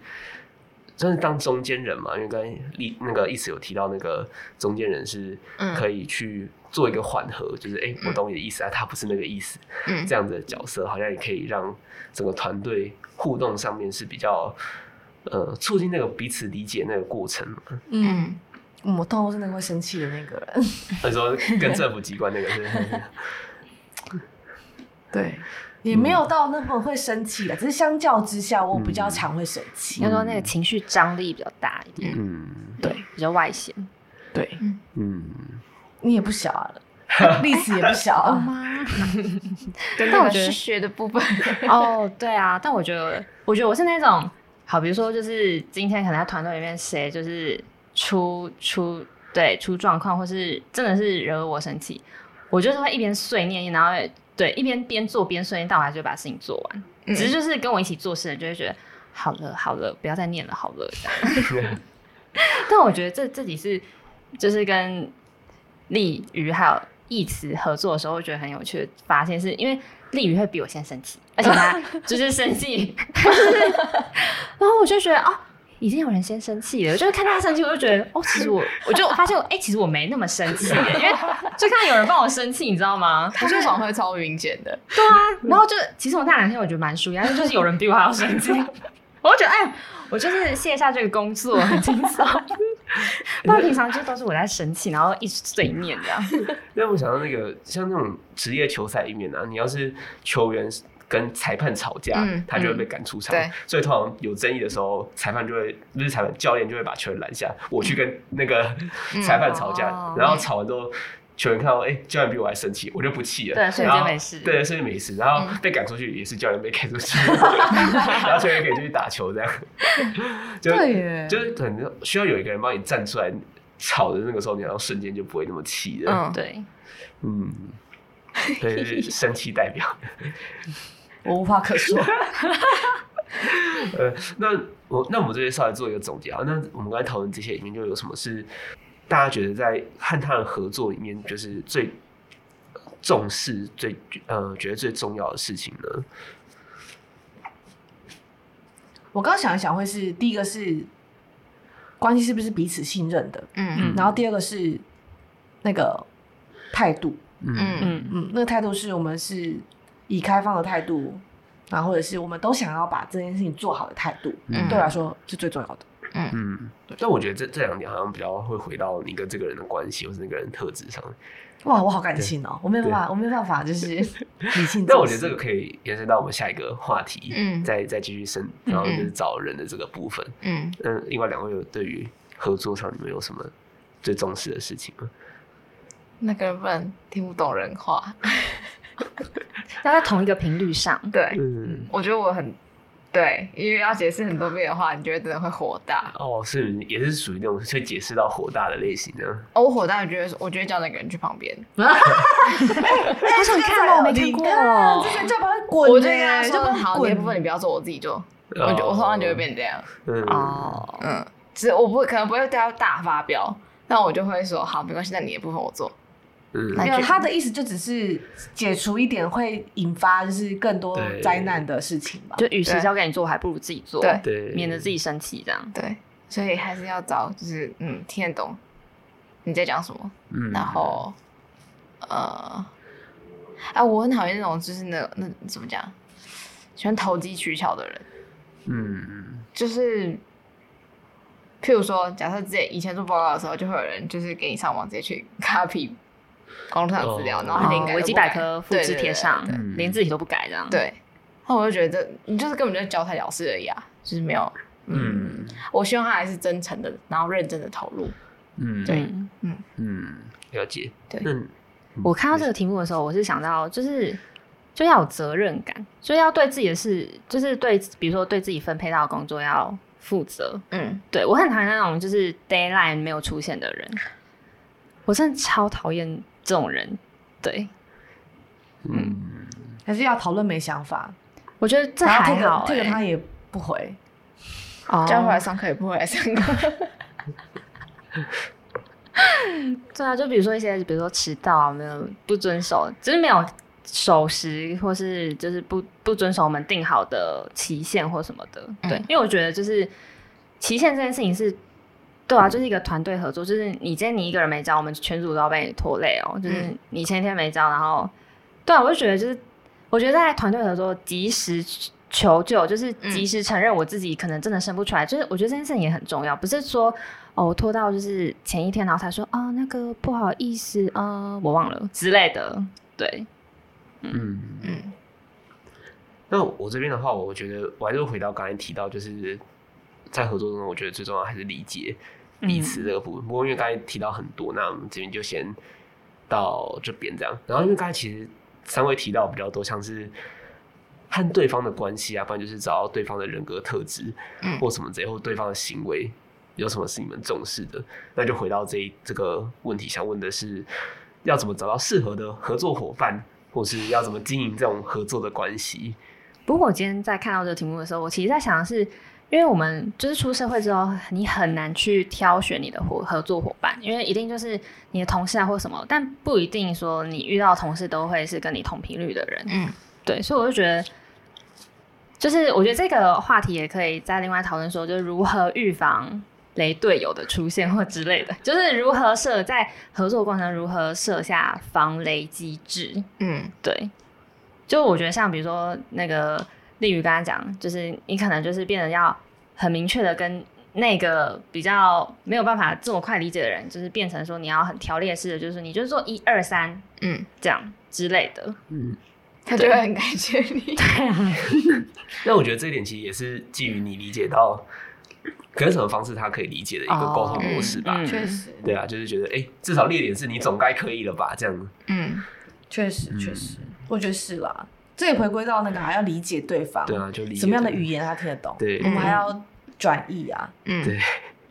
Speaker 3: 真是当中间人嘛，因为刚才一那个意思有提到，那个中间人是
Speaker 2: 嗯
Speaker 3: 可以去做一个缓和，就是哎、诶我懂你的意思啊，他不是那个意思，
Speaker 2: 嗯
Speaker 3: 这样的角色好像也可以让整个团队互动上面是比较。呃，促进那个彼此理解那个过程嘛，
Speaker 1: 嗯，
Speaker 2: 嗯，
Speaker 1: 我通常是那个会生气的那个人。
Speaker 3: 那时候哦跟政府机关那个是，
Speaker 1: 对，也没有到那么会生气了，只是相较之下，我
Speaker 3: 嗯
Speaker 1: 比较常会生气。
Speaker 4: 应该说那个情绪张力比较大一点，
Speaker 3: 嗯
Speaker 1: 对
Speaker 4: 比较外显。
Speaker 1: 对，
Speaker 3: 嗯，
Speaker 1: 你也不小 了，历史也不小
Speaker 2: 好
Speaker 1: 啊。
Speaker 2: 吗？
Speaker 4: 对
Speaker 2: 那我觉得学的部分，
Speaker 4: 哦，对啊，但我觉得，我觉得我是那种，好，比如说就是今天可能在团队里面谁就是出出对出状况，或是真的是惹我生气，我就是会一边碎念，然后也对一边边做边碎念，但我还是会把事情做完。
Speaker 2: 嗯
Speaker 4: 只是就是跟我一起做事的人就会觉得，好了好了，不要再念了，好了。这样但我觉得这这几次就是跟丽宇还有义慈合作的时候，我觉得很有趣的发现是，因为丽宇会比我先生气，而且他就是生气，然后我就觉得哦。已经有人先生气了，就是看到他生气，我就觉得哦，其实我，我就发现我，哎、其实我没那么生气耶，因为就看到有人帮我生气，你知道吗？
Speaker 2: 我这种会超云简的，
Speaker 4: 然后就其实我那两天我觉得蛮舒压，因 为就是有人比我还要生气，我就觉得 哎，我就是卸下这个工作很轻 松。不然平常就都是我在生气，然后一直碎念 这样。
Speaker 3: 让我想到 那个像那种职业球赛里面啊，你要是球员跟裁判吵架，
Speaker 2: 嗯
Speaker 3: 他就会被赶出场。
Speaker 2: 嗯对
Speaker 3: 所以通常有争议的时候，裁判就会不是裁判，教练就会把球员拦下，我去跟那个
Speaker 2: 嗯
Speaker 3: 裁判吵架，
Speaker 4: 哦
Speaker 3: 然后吵完之后，球员看到哎、教练比我还生气，我就不气了。
Speaker 4: 对，瞬
Speaker 3: 然
Speaker 4: 间
Speaker 3: 后
Speaker 4: 没事。
Speaker 3: 对，所以没事。然后被赶出去也是教练被赶出去，然后球员可以继续打球这样。就
Speaker 1: 对耶
Speaker 3: 就是可能需要有一个人帮你站出来吵的那个时候，你好像瞬间就不会那么气了。
Speaker 2: 嗯，
Speaker 4: 对，
Speaker 3: 嗯，对，是生气代表。
Speaker 1: 我无话可说。
Speaker 3: 呃，那我那我们这边稍微做一个总结啊。那我们刚才讨论这些里面，就有什么是大家觉得在和他人合作里面，就是最重视、最呃觉得最重要的事情呢？
Speaker 1: 我刚想一想，会是第一个是关系是不是彼此信任的，
Speaker 2: 嗯
Speaker 1: 然后第二个是那个态度，
Speaker 2: 嗯嗯
Speaker 4: 嗯，
Speaker 1: 嗯，那个态度是我们是以开放的态度，然后或者是我们都想要把这件事情做好的态度，
Speaker 2: 嗯
Speaker 1: 对我来说是最重要的。
Speaker 3: 嗯，但我觉得这这两点好像比较会回到你跟这个人的关系，或是那个人特质上。
Speaker 1: 哇，我好感性哦，我没有办法，我没有办法， 就是理性。
Speaker 3: 但我觉得这个可以延伸到我们下一个话题，
Speaker 2: 嗯
Speaker 3: 再再继续深，然后就是找人的这个部分。
Speaker 2: 嗯，
Speaker 3: 嗯，另外两位有对于合作上你们有什么最重视的事情吗？
Speaker 2: 那个人不能听不懂人话，
Speaker 4: 要在同一个频率上。
Speaker 2: 对，
Speaker 3: 嗯，
Speaker 2: 我觉得我很对，因为要解释很多遍的话，你就会真的会火大。
Speaker 3: 哦，是也是属于那种会解释到火大的类型的。
Speaker 2: 哦，我火大，我觉得我觉得叫那个人去旁边，
Speaker 1: 好想
Speaker 4: 看哦我没看过
Speaker 1: 这个叫把它滚耶，
Speaker 2: 我就跟他
Speaker 1: 叫
Speaker 2: 说
Speaker 1: 把它
Speaker 2: 好，你
Speaker 1: 滚
Speaker 2: 的部分你不要做，我自己做。我就我通常就会变这样，
Speaker 3: 哦嗯，
Speaker 4: 哦，
Speaker 2: 嗯，只是我不会可能不会对他大发飙，那我就会说好，没关系，那你的部分我做。
Speaker 3: 嗯
Speaker 2: 那
Speaker 1: 没有，
Speaker 2: 就
Speaker 1: 他的意思就只是解除一点会引发就是更多
Speaker 3: 对
Speaker 1: 灾难的事情吧。
Speaker 4: 就与其
Speaker 2: 对
Speaker 4: 交给你做，还不如自己做，
Speaker 2: 对
Speaker 3: 对，
Speaker 4: 免得自己生气这样。
Speaker 2: 对，所以还是要找就是嗯听得懂你在讲什么，
Speaker 3: 嗯，
Speaker 2: 然后呃，啊，我很讨厌那种就是那那怎么讲，喜欢投机取巧的人，
Speaker 3: 嗯嗯
Speaker 2: 就是。譬如说，假设之前以前做报告的时候，就会有人就是给你上网直接去 copy 工作上资料，
Speaker 3: 哦
Speaker 2: 然后他连改都
Speaker 4: 维基
Speaker 2: 不改
Speaker 4: 百科复
Speaker 2: 对
Speaker 4: 制
Speaker 2: 对
Speaker 4: 贴
Speaker 2: 对
Speaker 4: 上
Speaker 2: 对，
Speaker 3: 嗯
Speaker 4: 连字体都不改这样。，
Speaker 2: 对，那我就觉得你就是根本就是交差了事而已啊，就是没有。嗯，
Speaker 3: 嗯
Speaker 2: 我希望他还是真诚的，然后认真的投入。
Speaker 3: 嗯，
Speaker 2: 对
Speaker 4: 嗯，
Speaker 3: 嗯，了解。
Speaker 2: 对
Speaker 3: 那你
Speaker 4: 我看到这个题目的时候，我是想到就是就要有责任感，就要对自己的事，就是对，比如说对自己分配到的工作要负责。
Speaker 2: 嗯，
Speaker 4: 对我很讨厌那种就是 d a y l i n e 没有出现的人，我真的超讨厌这种人。对
Speaker 3: 嗯，
Speaker 1: 还是要讨论没想法，
Speaker 4: 我觉得这
Speaker 1: 然后
Speaker 4: 还
Speaker 1: 这个
Speaker 4: 好、
Speaker 1: 这个
Speaker 4: 欸，
Speaker 1: 他也不回，
Speaker 4: 哦
Speaker 2: 这样嗯回来上课也不会来上课。
Speaker 4: 对啊，就比如说一些，比如说迟到啊，没有不遵守，就是没有守时，或是就是不不遵守我们定好的期限或什么的。对，
Speaker 2: 嗯
Speaker 4: 因为我觉得就是期限这件事情是，对啊，就是一个团队合作，就是你今天你一个人没交，我们全组都要被你拖累哦。就是
Speaker 2: 嗯
Speaker 4: 你前一天没交，然后对啊，我就觉得就是，我觉得在团队合作及时。求救就是
Speaker 2: 嗯
Speaker 4: 及时承认我自己可能真的生不出来，就是我觉得这件事情也很重要，不是说哦，我拖到就是前一天，然后才说啊、那个不好意思，啊，我忘了之类的。对，
Speaker 3: 嗯，
Speaker 2: 嗯，
Speaker 3: 那我这边的话，我觉得我还是回到刚才提到，就是在合作中，我觉得最重要还是理解彼此这个部分。不过因为刚才提到很多，那我们这边就先到这边这样。然后因为刚才其实三位提到比较多，像是和对方的关系啊，不然就是找到对方的人格特质，
Speaker 2: 嗯
Speaker 3: 或什么之类，或对方的行为有什么是你们重视的。那就回到这一这个问题，想问的是，要怎么找到适合的合作伙伴，或是要怎么经营这种合作的关系？
Speaker 4: 不过我今天在看到这个题目的时候，我其实在想的是，因为我们就是出社会之后，你很难去挑选你的合合作伙伴，因为一定就是你的同事啊或什么，但不一定说你遇到的同事都会是跟你同频率的人。
Speaker 2: 嗯，
Speaker 4: 对，所以我就觉得，就是我觉得这个话题也可以再另外讨论说，就是如何预防雷队友的出现或之类的，就是如何设在合作过程中如何设下防雷机制。
Speaker 2: 嗯，
Speaker 4: 对，就我觉得像比如说那个例如刚刚讲，就是你可能就是变得要很明确的跟那个比较没有办法这么快理解的人，就是变成说你要很条列式的，就是你就是做一二三
Speaker 2: 嗯，
Speaker 4: 这样之类的。
Speaker 3: 嗯，
Speaker 2: 他就会很感谢你。
Speaker 3: 那我觉得这一点其实也是基于你理解到，可能什么方式他可以理解的一个
Speaker 1: 哦
Speaker 3: 沟通模式吧。
Speaker 4: 嗯
Speaker 1: 确实，
Speaker 3: 对啊，就是觉得哎、诶至少列点是你总该可以了吧？这样，
Speaker 2: 嗯，
Speaker 1: 确实，
Speaker 3: 嗯
Speaker 1: 确实，我觉得是啦。这也回归到那个啊还要理解对方，
Speaker 3: 对啊，就理解
Speaker 1: 什么样的语言嗯他听得懂，
Speaker 3: 对
Speaker 1: 我们还要转译啊。
Speaker 2: 嗯
Speaker 3: 对，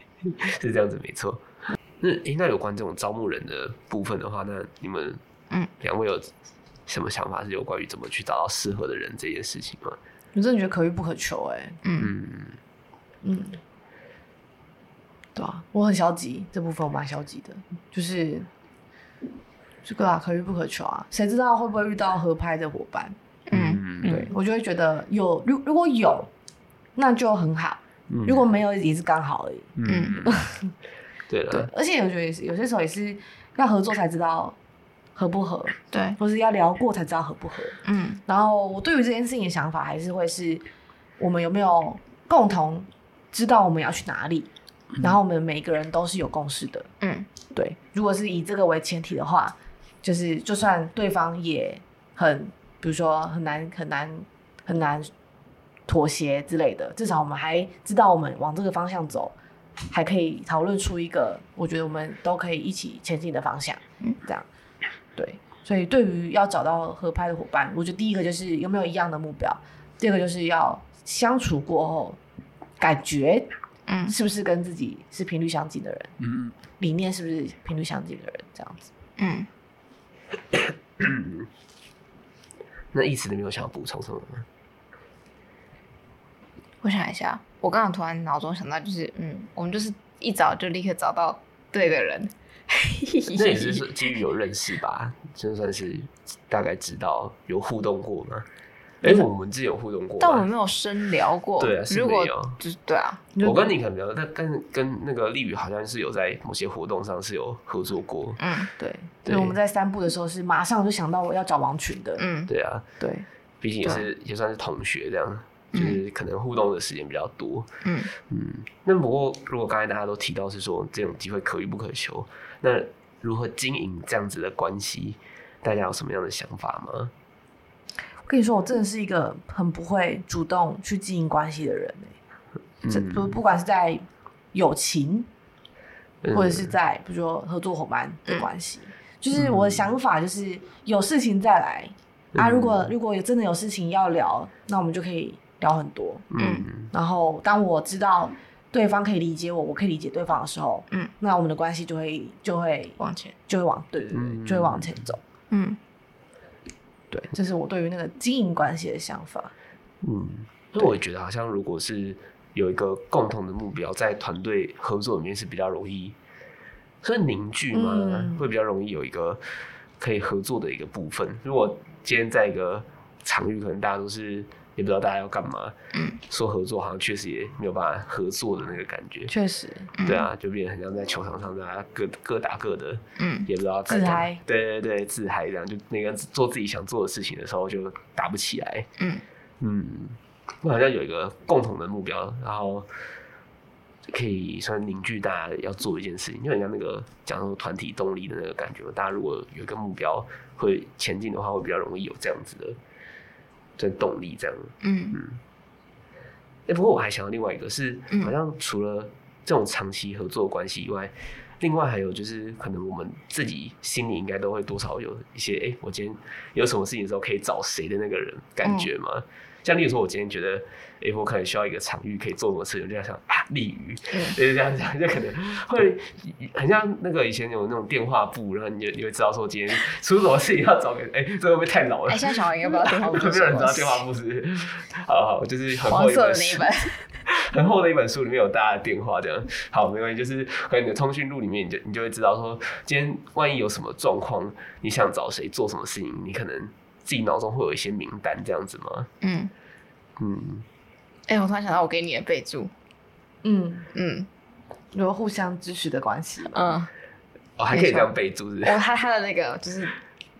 Speaker 3: 是这样子没错。那哎、诶那有关这种招募人的部分的话，那你们
Speaker 2: 嗯
Speaker 3: 两位有什么想法是有关于怎么去找到适合的人这件事情吗？
Speaker 1: 我真的觉得可遇不可求，哎，
Speaker 2: 嗯，
Speaker 3: 嗯，
Speaker 1: 嗯，对啊，我很消极，这部分我蛮消极的，就是这个啊，可遇不可求啊，谁知道会不会遇到合拍的伙伴？
Speaker 2: 嗯，
Speaker 1: 对我就会觉得有，如如果有，那就很好；
Speaker 3: 嗯
Speaker 1: 如果没有，也是刚好而已。
Speaker 3: 嗯， 对了，
Speaker 1: 对，而且我觉得也是有些时候也是要合作才知道合不合，
Speaker 2: 对，
Speaker 1: 或是要聊过才知道合不合。
Speaker 2: 嗯，
Speaker 1: 然后我对于这件事情的想法还是会是，我们有没有共同知道我们要去哪里，然后我们每个人都是有共识的。
Speaker 2: 嗯，
Speaker 1: 对，如果是以这个为前提的话，就是就算对方也很，比如说很难很难很难妥协之类的，至少我们还知道我们往这个方向走，还可以讨论出一个我觉得我们都可以一起前进的方向。
Speaker 2: 嗯
Speaker 1: 这样，对，所以对于要找到合拍的伙伴，我觉得第一个就是有没有一样的目标，第二个就是要相处过后感觉
Speaker 2: 嗯，
Speaker 1: 是不是跟自己是频率相近的人。
Speaker 3: 嗯
Speaker 1: 理念是不是频率相近的人这样子。
Speaker 2: 嗯，
Speaker 3: 嗯，那意思你没有想要补充什么吗？
Speaker 2: 我想一下，我刚刚突然脑中想到，就是，嗯，我们就是一早就立刻找到对的人。
Speaker 3: 那也是是基于有认识吧，就算是大概知道有互动过吗？哎、我们之前有互动过吗，
Speaker 2: 但我们没有深聊过。
Speaker 3: 对啊是
Speaker 2: 如
Speaker 3: 没
Speaker 2: 果
Speaker 3: 有
Speaker 2: 就是对啊，
Speaker 3: 我跟你可能没有，但跟跟那个丽宇好像是有在某些活动上是有合作过。
Speaker 2: 嗯，对，
Speaker 1: 对，我们在散步的时候是马上就想到我要找王群的，
Speaker 2: 嗯，
Speaker 3: 对啊，
Speaker 2: 对，
Speaker 3: 毕竟也是也算是同学这样，就是可能互动的时间比较多。
Speaker 2: 嗯
Speaker 3: 嗯，那不过如果刚才大家都提到是说这种机会可遇不可求，那如何经营这样子的关系，大家有什么样的想法吗？
Speaker 1: 我跟你说，我真的是一个很不会主动去经营关系的人、欸这不
Speaker 3: 嗯，
Speaker 1: 不管是在友情，
Speaker 3: 嗯
Speaker 1: 或者是在比如说合作伙伴的关系，就是我的想法就是有事情再来、啊。
Speaker 3: 嗯
Speaker 1: 如果如果有真的有事情要聊，那我们就可以聊很多。
Speaker 3: 嗯
Speaker 1: 然后当我知道对方可以理解我，我可以理解对方的时候，
Speaker 2: 嗯，
Speaker 1: 那我们的关系就会就会
Speaker 2: 往前，
Speaker 1: 就会往对对对，
Speaker 3: 嗯
Speaker 1: 就会往前走。
Speaker 2: 嗯，
Speaker 1: 对，这是我对于那个经营关系的想法。
Speaker 3: 嗯，所以我也觉得好像如果是有一个共同的目标，在团队合作里面是比较容易，所以凝聚嘛，
Speaker 1: 嗯
Speaker 3: 会比较容易有一个可以合作的一个部分。如果今天在一个场域，可能大家都是也不知道大家要干嘛，
Speaker 2: 嗯，
Speaker 3: 说合作好像确实也没有办法合作的那个感觉。
Speaker 1: 确实，
Speaker 3: 对啊，就变得很像在球场上，大家各各打各的，
Speaker 2: 嗯，
Speaker 3: 也不知道在
Speaker 1: 自
Speaker 3: 干
Speaker 1: 嗨
Speaker 3: 对对对，自嗨这样，就那个做自己想做的事情的时候就打不起来。
Speaker 2: 嗯
Speaker 3: 嗯，我好像有一个共同的目标，然后可以算凝聚大家要做一件事情，就很像那个讲说团体动力的那个感觉。大家如果有一个目标会前进的话，会比较容易有这样子的这动力这样。
Speaker 2: 嗯
Speaker 3: 哎、不过我还想到另外一个是，
Speaker 2: 嗯
Speaker 3: 好像除了这种长期合作关系以外，另外还有就是，可能我们自己心里应该都会多少有一些，哎、我今天有什么事情的时候可以找谁的那个人
Speaker 2: 嗯
Speaker 3: 感觉嘛。像例如说，我今天觉得，哎、我可能需要一个场域可以做什么事情，我就在想啊，鲤鱼，
Speaker 2: 嗯
Speaker 3: 就是这样想，就可能会很像那个以前有那种电话簿，然后你就你会知道说今天出什么事情要找给，哎、这会不会太老了？
Speaker 2: 哎， 现在小孩应该不知道电话簿
Speaker 3: 没
Speaker 2: 是
Speaker 3: 有
Speaker 2: 什
Speaker 3: 人知
Speaker 2: 么
Speaker 3: 道，电话簿是不是，好好，就是很
Speaker 2: 黄
Speaker 3: 厚一
Speaker 2: 色
Speaker 3: 本
Speaker 2: 的那一
Speaker 3: 书，
Speaker 2: 本，
Speaker 3: 很厚的一本书里面有大家的电话，这样好没关系，就是可能你的通讯录里面，你就你就会知道说，今天万一有什么状况，你想找谁做什么事情，你可能自己脑中会有一些名单这样子吗？
Speaker 2: 嗯，
Speaker 3: 嗯，
Speaker 2: 哎，我突然想到我给你的备注，
Speaker 1: 嗯，
Speaker 2: 嗯
Speaker 1: 有互相支持的关系。
Speaker 2: 嗯，
Speaker 3: 哦，还可以这样备注是不是
Speaker 2: 我他他的那个就是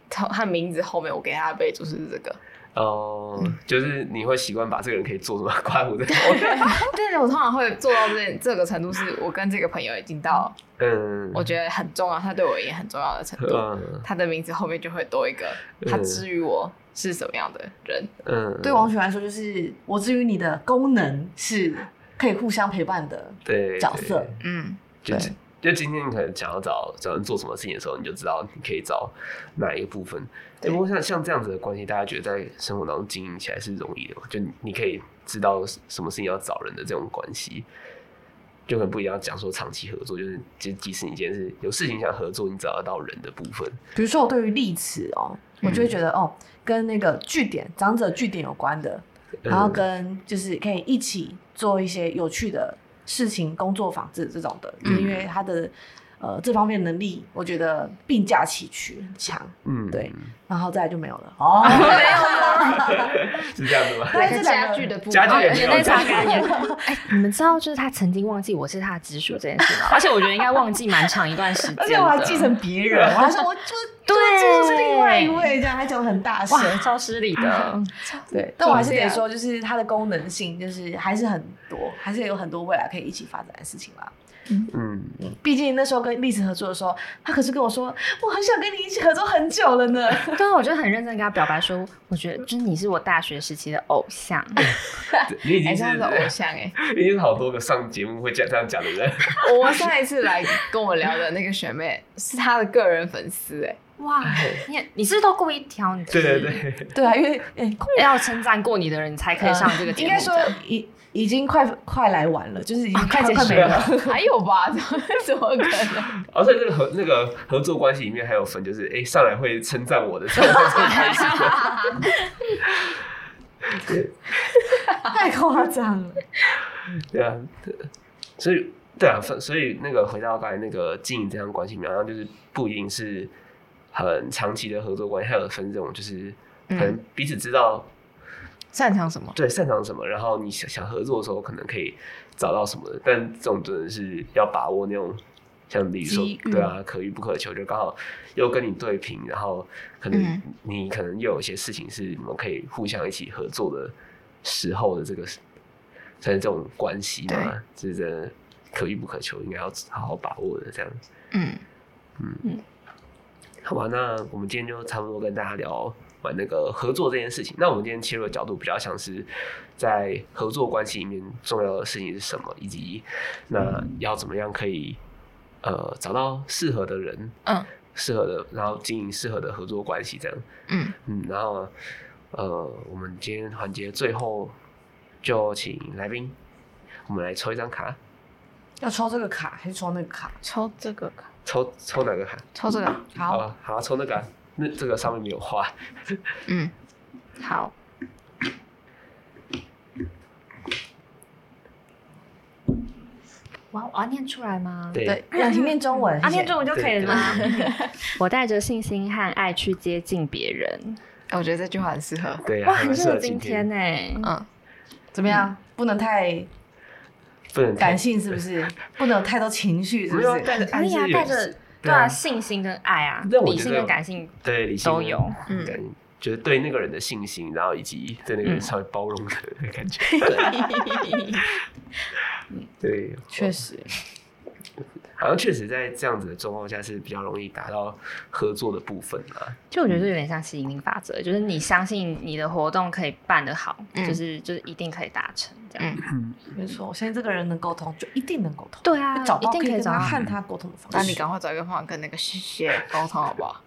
Speaker 2: 他他名字后面我给他的备注是这个，
Speaker 3: 哦，就是你会习惯把这个人可以做什么 挂在我的头上
Speaker 2: 但是我通常会做到这这个程度，是我跟这个朋友已经到
Speaker 3: 嗯，
Speaker 2: 我觉得很重要，他对我也很重要的程度，
Speaker 3: 嗯
Speaker 2: 他的名字后面就会多一个他至于我是什么样的人，
Speaker 3: 嗯，
Speaker 1: 对王群来说，就是我至于你的功能是可以互相陪伴的。
Speaker 3: 对
Speaker 1: 角色
Speaker 2: 嗯
Speaker 3: 就
Speaker 2: 对
Speaker 3: 就今天你可能想要找找人做什么事情的时候，你就知道你可以找哪一个部分。
Speaker 1: 对
Speaker 3: 不过像像这样子的关系，大家觉得在生活当中经营起来是容易的嘛？就你你可以知道什么事情要找人的这种关系，就很不一样。讲说长期合作，就是即即使你今天是有事情想合作，你找得到人的部分。
Speaker 1: 比如说，我对于历史哦，我就会觉得哦，跟那个据点、长者据点有关的，然后跟就是可以一起做一些有趣的事情、工作坊这这种的，
Speaker 3: 嗯
Speaker 1: 因为他的呃这方面能力，我觉得并驾齐驱，很强。
Speaker 3: 嗯，嗯
Speaker 1: 对，然后再来就没有了。哦，
Speaker 3: 是这样子吗？
Speaker 1: 对这两个
Speaker 2: 家具的部分，
Speaker 3: 家具也没
Speaker 4: 有
Speaker 3: 有
Speaker 4: 那场感觉。哎，你们知道，就是他曾经忘记我是他的直属这件事吗？而且我觉得应该忘记蛮长一段时间的。
Speaker 1: 而且我还继承别人，我还说我就
Speaker 4: 对
Speaker 1: 这就是另外一位，这样还讲的很大声
Speaker 4: 哇，。超失礼 的。
Speaker 1: 对，但我还是得说，就是它的功能性，就是还是很多，还是有很多未来可以一起发展的事情啦。
Speaker 3: 嗯，
Speaker 1: 毕竟那时候跟历史合作的时候，他可是跟我说，我很想跟你一起合作很久了呢。
Speaker 4: 对啊，我就很认真跟他表白说，我觉得就是你是我大学时期的偶像。
Speaker 3: 你已
Speaker 2: 哎，
Speaker 3: 经
Speaker 2: 这样
Speaker 3: 是
Speaker 2: 的 偶像哎、
Speaker 3: 已经是好多个上节目会这样这样讲 的人。
Speaker 2: 我上一次来跟我聊的那个学妹是她的个人粉丝哎、
Speaker 4: 哇，你也你是不是都故意挑你？
Speaker 3: 对对，对，
Speaker 1: 对啊，因为嗯，
Speaker 4: 要称赞过你的人，你才可以上这个节
Speaker 1: 应
Speaker 4: 目。
Speaker 1: 该说已已经快快来晚了，就是已经快
Speaker 4: 快结
Speaker 1: 快
Speaker 4: 束
Speaker 1: 没了。
Speaker 2: 还有吧？ 怎么怎么 可能？
Speaker 3: 而且那个合那个合作关系里面还有分，就是哎、上来会称赞我的，这样 子开心。
Speaker 1: 太夸张了。
Speaker 3: 对啊，所以对啊，所所以那个回到刚才那个经营这样关系，然后就是不一定是很长期的合作关系，还有分这种就是可能彼此知道
Speaker 2: 擅长什么？
Speaker 3: 对擅长什么，然后你想想合作的时候，可能可以找到什么的。但这种真的是要把握那种，像比如说
Speaker 1: 机遇
Speaker 3: 对啊，可遇不可求，就刚好又跟你对平，然后可能
Speaker 2: 嗯
Speaker 3: 你可能又有一些事情是你们可以互相一起合作的时候的这个，才是这种关系嘛，是真的可遇不可求，应该要好好把握的这样。
Speaker 2: 嗯，
Speaker 3: 好吧，那我们今天就差不多跟大家聊完那个合作这件事情。那我们今天切入的角度比较像是在合作关系里面重要的事情是什么，以及那
Speaker 2: 嗯
Speaker 3: 要怎么样可以呃找到适合的人，
Speaker 2: 嗯，
Speaker 3: 适合的，然后经营适合的合作关系这样。
Speaker 2: 嗯
Speaker 3: 嗯，然后呃，我们今天环节最后就请来宾，我们来抽一张卡，
Speaker 1: 要抽这个卡还是抽那个卡？
Speaker 2: 抽这个卡，
Speaker 3: 抽抽哪个卡？
Speaker 2: 抽这个，
Speaker 1: 好，
Speaker 3: 啊，好啊，抽那个啊、那这个上面没有画。
Speaker 2: 嗯，好，
Speaker 4: 我我要念出来吗？
Speaker 3: 对，
Speaker 1: 对，要念中文，
Speaker 4: 啊，
Speaker 1: 谢谢
Speaker 4: 念中文就可以了吗
Speaker 3: 对？
Speaker 4: 我带着信心和爱去接近别人。
Speaker 2: 哎我觉得这句话很适合。
Speaker 3: 对啊，
Speaker 4: 哇，
Speaker 3: 还
Speaker 4: 很
Speaker 3: 蛮
Speaker 4: 适
Speaker 3: 适合
Speaker 4: 合今天呢、
Speaker 2: 嗯，
Speaker 1: 怎么样？不能太
Speaker 3: 不能太
Speaker 1: 感性，是不是？
Speaker 4: 嗯
Speaker 1: 不能有太多情绪，是不
Speaker 3: 没有啊
Speaker 1: 是？
Speaker 3: 带着
Speaker 4: 可
Speaker 3: 爱
Speaker 4: 以
Speaker 3: 是
Speaker 4: 啊，
Speaker 3: 有
Speaker 4: 带着
Speaker 3: 对
Speaker 4: 对
Speaker 3: 啊
Speaker 4: 啊，信心跟爱啊
Speaker 3: 但，我觉得
Speaker 4: 理性跟感性，
Speaker 3: 对理性
Speaker 4: 都有
Speaker 2: 嗯
Speaker 3: 感，就是对那个人的信心，然后以及对那个人
Speaker 4: 嗯
Speaker 3: 稍微包容的感觉。 对，
Speaker 1: 确实，
Speaker 3: 好像确实在这样子的状况下是比较容易达到合作的部分啊。
Speaker 4: 就我觉得这有点像吸引力法则，就是你相信你的活动可以办得好，
Speaker 2: 嗯
Speaker 4: 就是就是一定可以达成这样。
Speaker 2: 嗯
Speaker 1: 没错。我相信这个人能沟通，就一定能沟通。
Speaker 4: 对啊，
Speaker 1: 会找
Speaker 4: 一
Speaker 1: 到
Speaker 4: 定
Speaker 1: 可以
Speaker 4: 可以
Speaker 1: 跟
Speaker 4: 找
Speaker 1: 他
Speaker 4: 到。
Speaker 1: 和他沟通的 方式。
Speaker 2: 那你赶快找一个方法跟那个谢谢沟通好不好？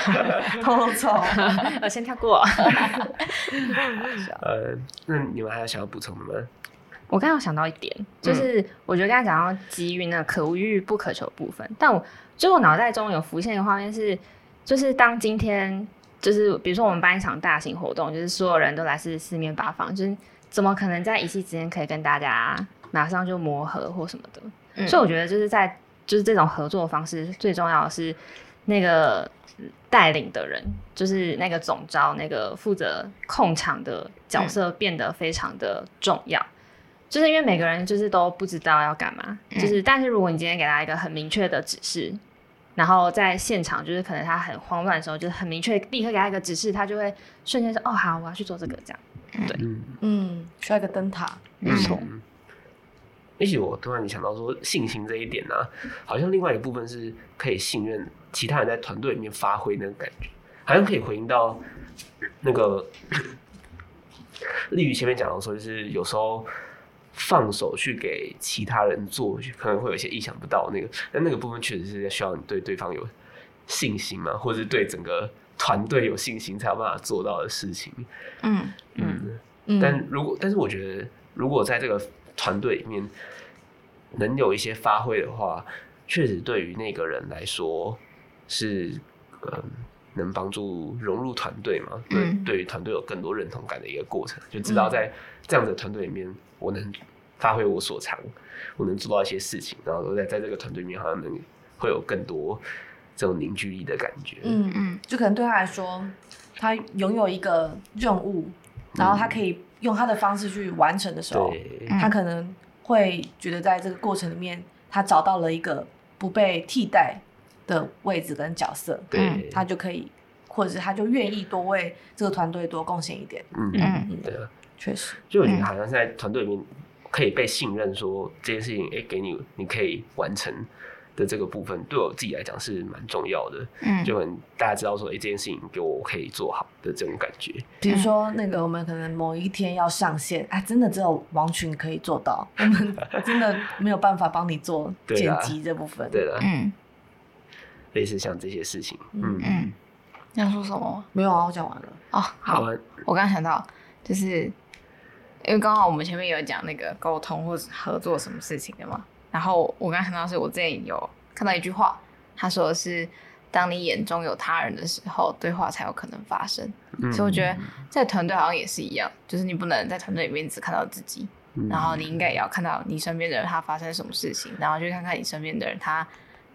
Speaker 1: 偷走？
Speaker 4: 我先跳过。
Speaker 3: 呃，那你们还有想要补充的吗？
Speaker 4: 我刚刚有想到一点，就是我觉得刚才讲到机遇那个可遇不可求的部分，但我就我脑袋中有浮现一个画面是，就是当今天就是比如说我们办一场大型活动，就是所有人都来自四面八方，就是怎么可能在一夕之间可以跟大家马上就磨合或什么的？
Speaker 2: 嗯
Speaker 4: 所以我觉得就是在就是这种合作方式最重要的是那个带领的人，就是那个总招那个负责控场的角色变得非常的重要。就是因为每个人就是都不知道要干嘛，
Speaker 2: 嗯
Speaker 4: 就是但是如果你今天给他一个很明确的指示，然后在现场就是可能他很慌乱的时候，就是很明确立刻给他一个指示，他就会瞬间说哦好，我要去做这个这样。
Speaker 3: 嗯，
Speaker 1: 嗯，需要一个灯塔。
Speaker 4: 没错
Speaker 3: 嗯。也许我突然想到说，信心这一点呢、好像另外一个部分是可以信任其他人在团队里面发挥那个感觉，好像可以回应到那个 例如前面讲到说，就是有时候放手去给其他人做，可能会有一些意想不到的那个，但那个部分确实是需要你对对方有信心嘛，或者是对整个团队有信心才有办法做到的事情。
Speaker 2: 嗯
Speaker 3: 嗯。
Speaker 1: 嗯，
Speaker 3: 但如果，但是我觉得，如果在这个团队里面能有一些发挥的话，确实对于那个人来说是，嗯，能帮助融入团队嘛？对，
Speaker 2: 嗯
Speaker 3: 对于团队有更多认同感的一个过程，就知道在这样子的团队里面，我能发挥我所长，我能做到一些事情，然后在在这个团队里面，好像能会有更多这种凝聚力的感觉。
Speaker 1: 嗯
Speaker 2: 嗯
Speaker 1: 就可能对他来说，他拥有一个任务，然后他可以用他的方式去完成的时候，
Speaker 3: 对，
Speaker 2: 嗯
Speaker 1: 他可能会觉得在这个过程里面，他找到了一个不被替代的位置跟角色，
Speaker 3: 对，
Speaker 1: 他就可以，或者是他就愿意多为这个团队多贡献一点。
Speaker 3: 嗯，
Speaker 2: 嗯
Speaker 3: 对啊。
Speaker 1: 确实，
Speaker 3: 就我觉得好像在团队里面可以被信任，说这件事情，哎、给你你可以完成的这个部分，对我自己来讲是蛮重要的，
Speaker 2: 嗯，
Speaker 3: 就很大家知道说，哎、这件事情给我可以做好的这种感觉。
Speaker 1: 比如说那个我们可能某一天要上线，啊，真的只有王群可以做到，我们真的没有办法帮你做
Speaker 3: 对
Speaker 1: 剪
Speaker 3: 啊
Speaker 1: 辑这部分。
Speaker 3: 对了，
Speaker 2: 嗯
Speaker 3: 类似像这些事情，嗯
Speaker 1: 嗯，
Speaker 2: 嗯，你要说什么吗？
Speaker 1: 没有啊，我讲完了。
Speaker 2: 哦，
Speaker 3: 好
Speaker 2: 好，
Speaker 3: 啊，
Speaker 2: 我刚刚想到，就是因为刚好我们前面有讲那个沟通或者合作什么事情的嘛，然后我刚刚想到是我之前有看到一句话，他说的是当你眼中有他人的时候，对话才有可能发生。
Speaker 3: 嗯
Speaker 2: 所以我觉得在团队好像也是一样，就是你不能在团队里面只看到自己，
Speaker 3: 嗯
Speaker 2: 然后你应该也要看到你身边的人他发生什么事情，然后去看看你身边的人他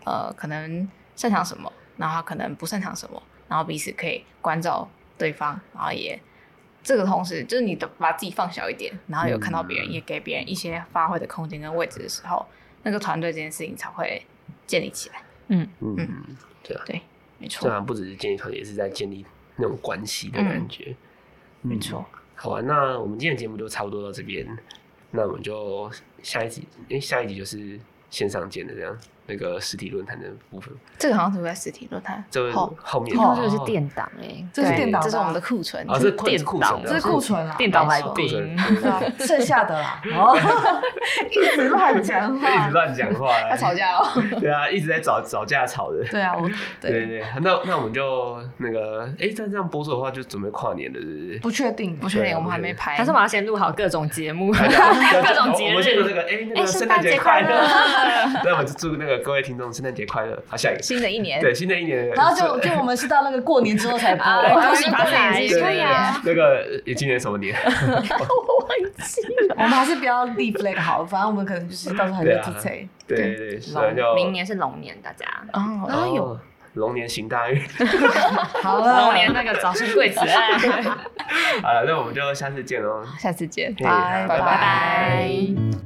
Speaker 2: 呃可能擅长什么，然后他可能不擅长什么，然后彼此可以关照对方，然后也这个同时就是你的把自己放小一点，然后有看到别人，
Speaker 3: 嗯
Speaker 2: 也给别人一些发挥的空间跟位置的时候，那个团队这件事情才会建立起来。
Speaker 3: 嗯，对啊，
Speaker 2: 对，没错嗯
Speaker 3: 虽，然不只是建立团队，也是在建立那种关系的感觉。嗯
Speaker 2: 没错。
Speaker 3: 好啊，那我们今天的节目就差不多到这边，那我们就下一集，因为下一集就是线上见的这样那个实体论坛的部分，
Speaker 2: 这个好像是会在实体论坛
Speaker 3: 这
Speaker 2: 后
Speaker 3: 后。后面
Speaker 1: 后
Speaker 4: 这个是电档哎，
Speaker 1: 这是
Speaker 2: 对
Speaker 1: 电脑，
Speaker 2: 这是我们的库存，
Speaker 3: 啊，这是库
Speaker 4: 电
Speaker 3: 库
Speaker 4: 脑
Speaker 3: 存
Speaker 1: 这
Speaker 3: 的，
Speaker 1: 是库存啦，
Speaker 4: 电档来
Speaker 3: 库
Speaker 4: 宾，
Speaker 3: 存，
Speaker 1: 对啊剩下的啦，哦， 一直乱讲
Speaker 3: 一直
Speaker 1: 话。
Speaker 3: 乱讲话，
Speaker 2: 要吵架哦。
Speaker 3: 对啊，一直在找找架吵的。
Speaker 1: 对啊，我
Speaker 3: 对对对，那那我们就那个，哎，但这样播出的话，就准备跨年了，是 不是？
Speaker 1: 不确定，
Speaker 2: 不确
Speaker 3: 对啊
Speaker 2: 定，我们
Speaker 3: 我
Speaker 2: 还
Speaker 3: 觉
Speaker 2: 没
Speaker 3: 得
Speaker 2: 拍。
Speaker 4: 还是我们要先录好各种节目，
Speaker 3: 大 家
Speaker 4: 各种节
Speaker 3: 我们先有那
Speaker 4: 日。
Speaker 3: 个哎，那
Speaker 4: 哎
Speaker 3: 个
Speaker 4: 圣
Speaker 3: 圣
Speaker 4: 诞
Speaker 3: 诞
Speaker 4: 节
Speaker 3: 节
Speaker 4: 快
Speaker 3: 快
Speaker 4: 乐
Speaker 3: 乐！ 那我们就祝那个各位听众圣诞节快乐。好，下一个，
Speaker 2: 新的一年，
Speaker 3: 对，新的一年，
Speaker 1: 然后就就我们是到那个过年之后才播，
Speaker 4: 啊
Speaker 1: 我
Speaker 4: 恭喜发财
Speaker 3: 对
Speaker 2: 对
Speaker 3: 对
Speaker 2: 可以啊。
Speaker 3: 对那个呃今年什么年？
Speaker 1: 们还是不要立 flag 好，反正我们可能就是到时候还在自测。
Speaker 3: 对对对，所以就
Speaker 4: 明年是龙年，大家
Speaker 2: 哦，
Speaker 3: 啊有龙年行大运。
Speaker 1: 好了，
Speaker 4: 龙年那个早生贵子，哎
Speaker 3: 好了，那我们就下次见喽。
Speaker 2: 下次见。
Speaker 3: 拜
Speaker 1: 拜
Speaker 4: 拜拜。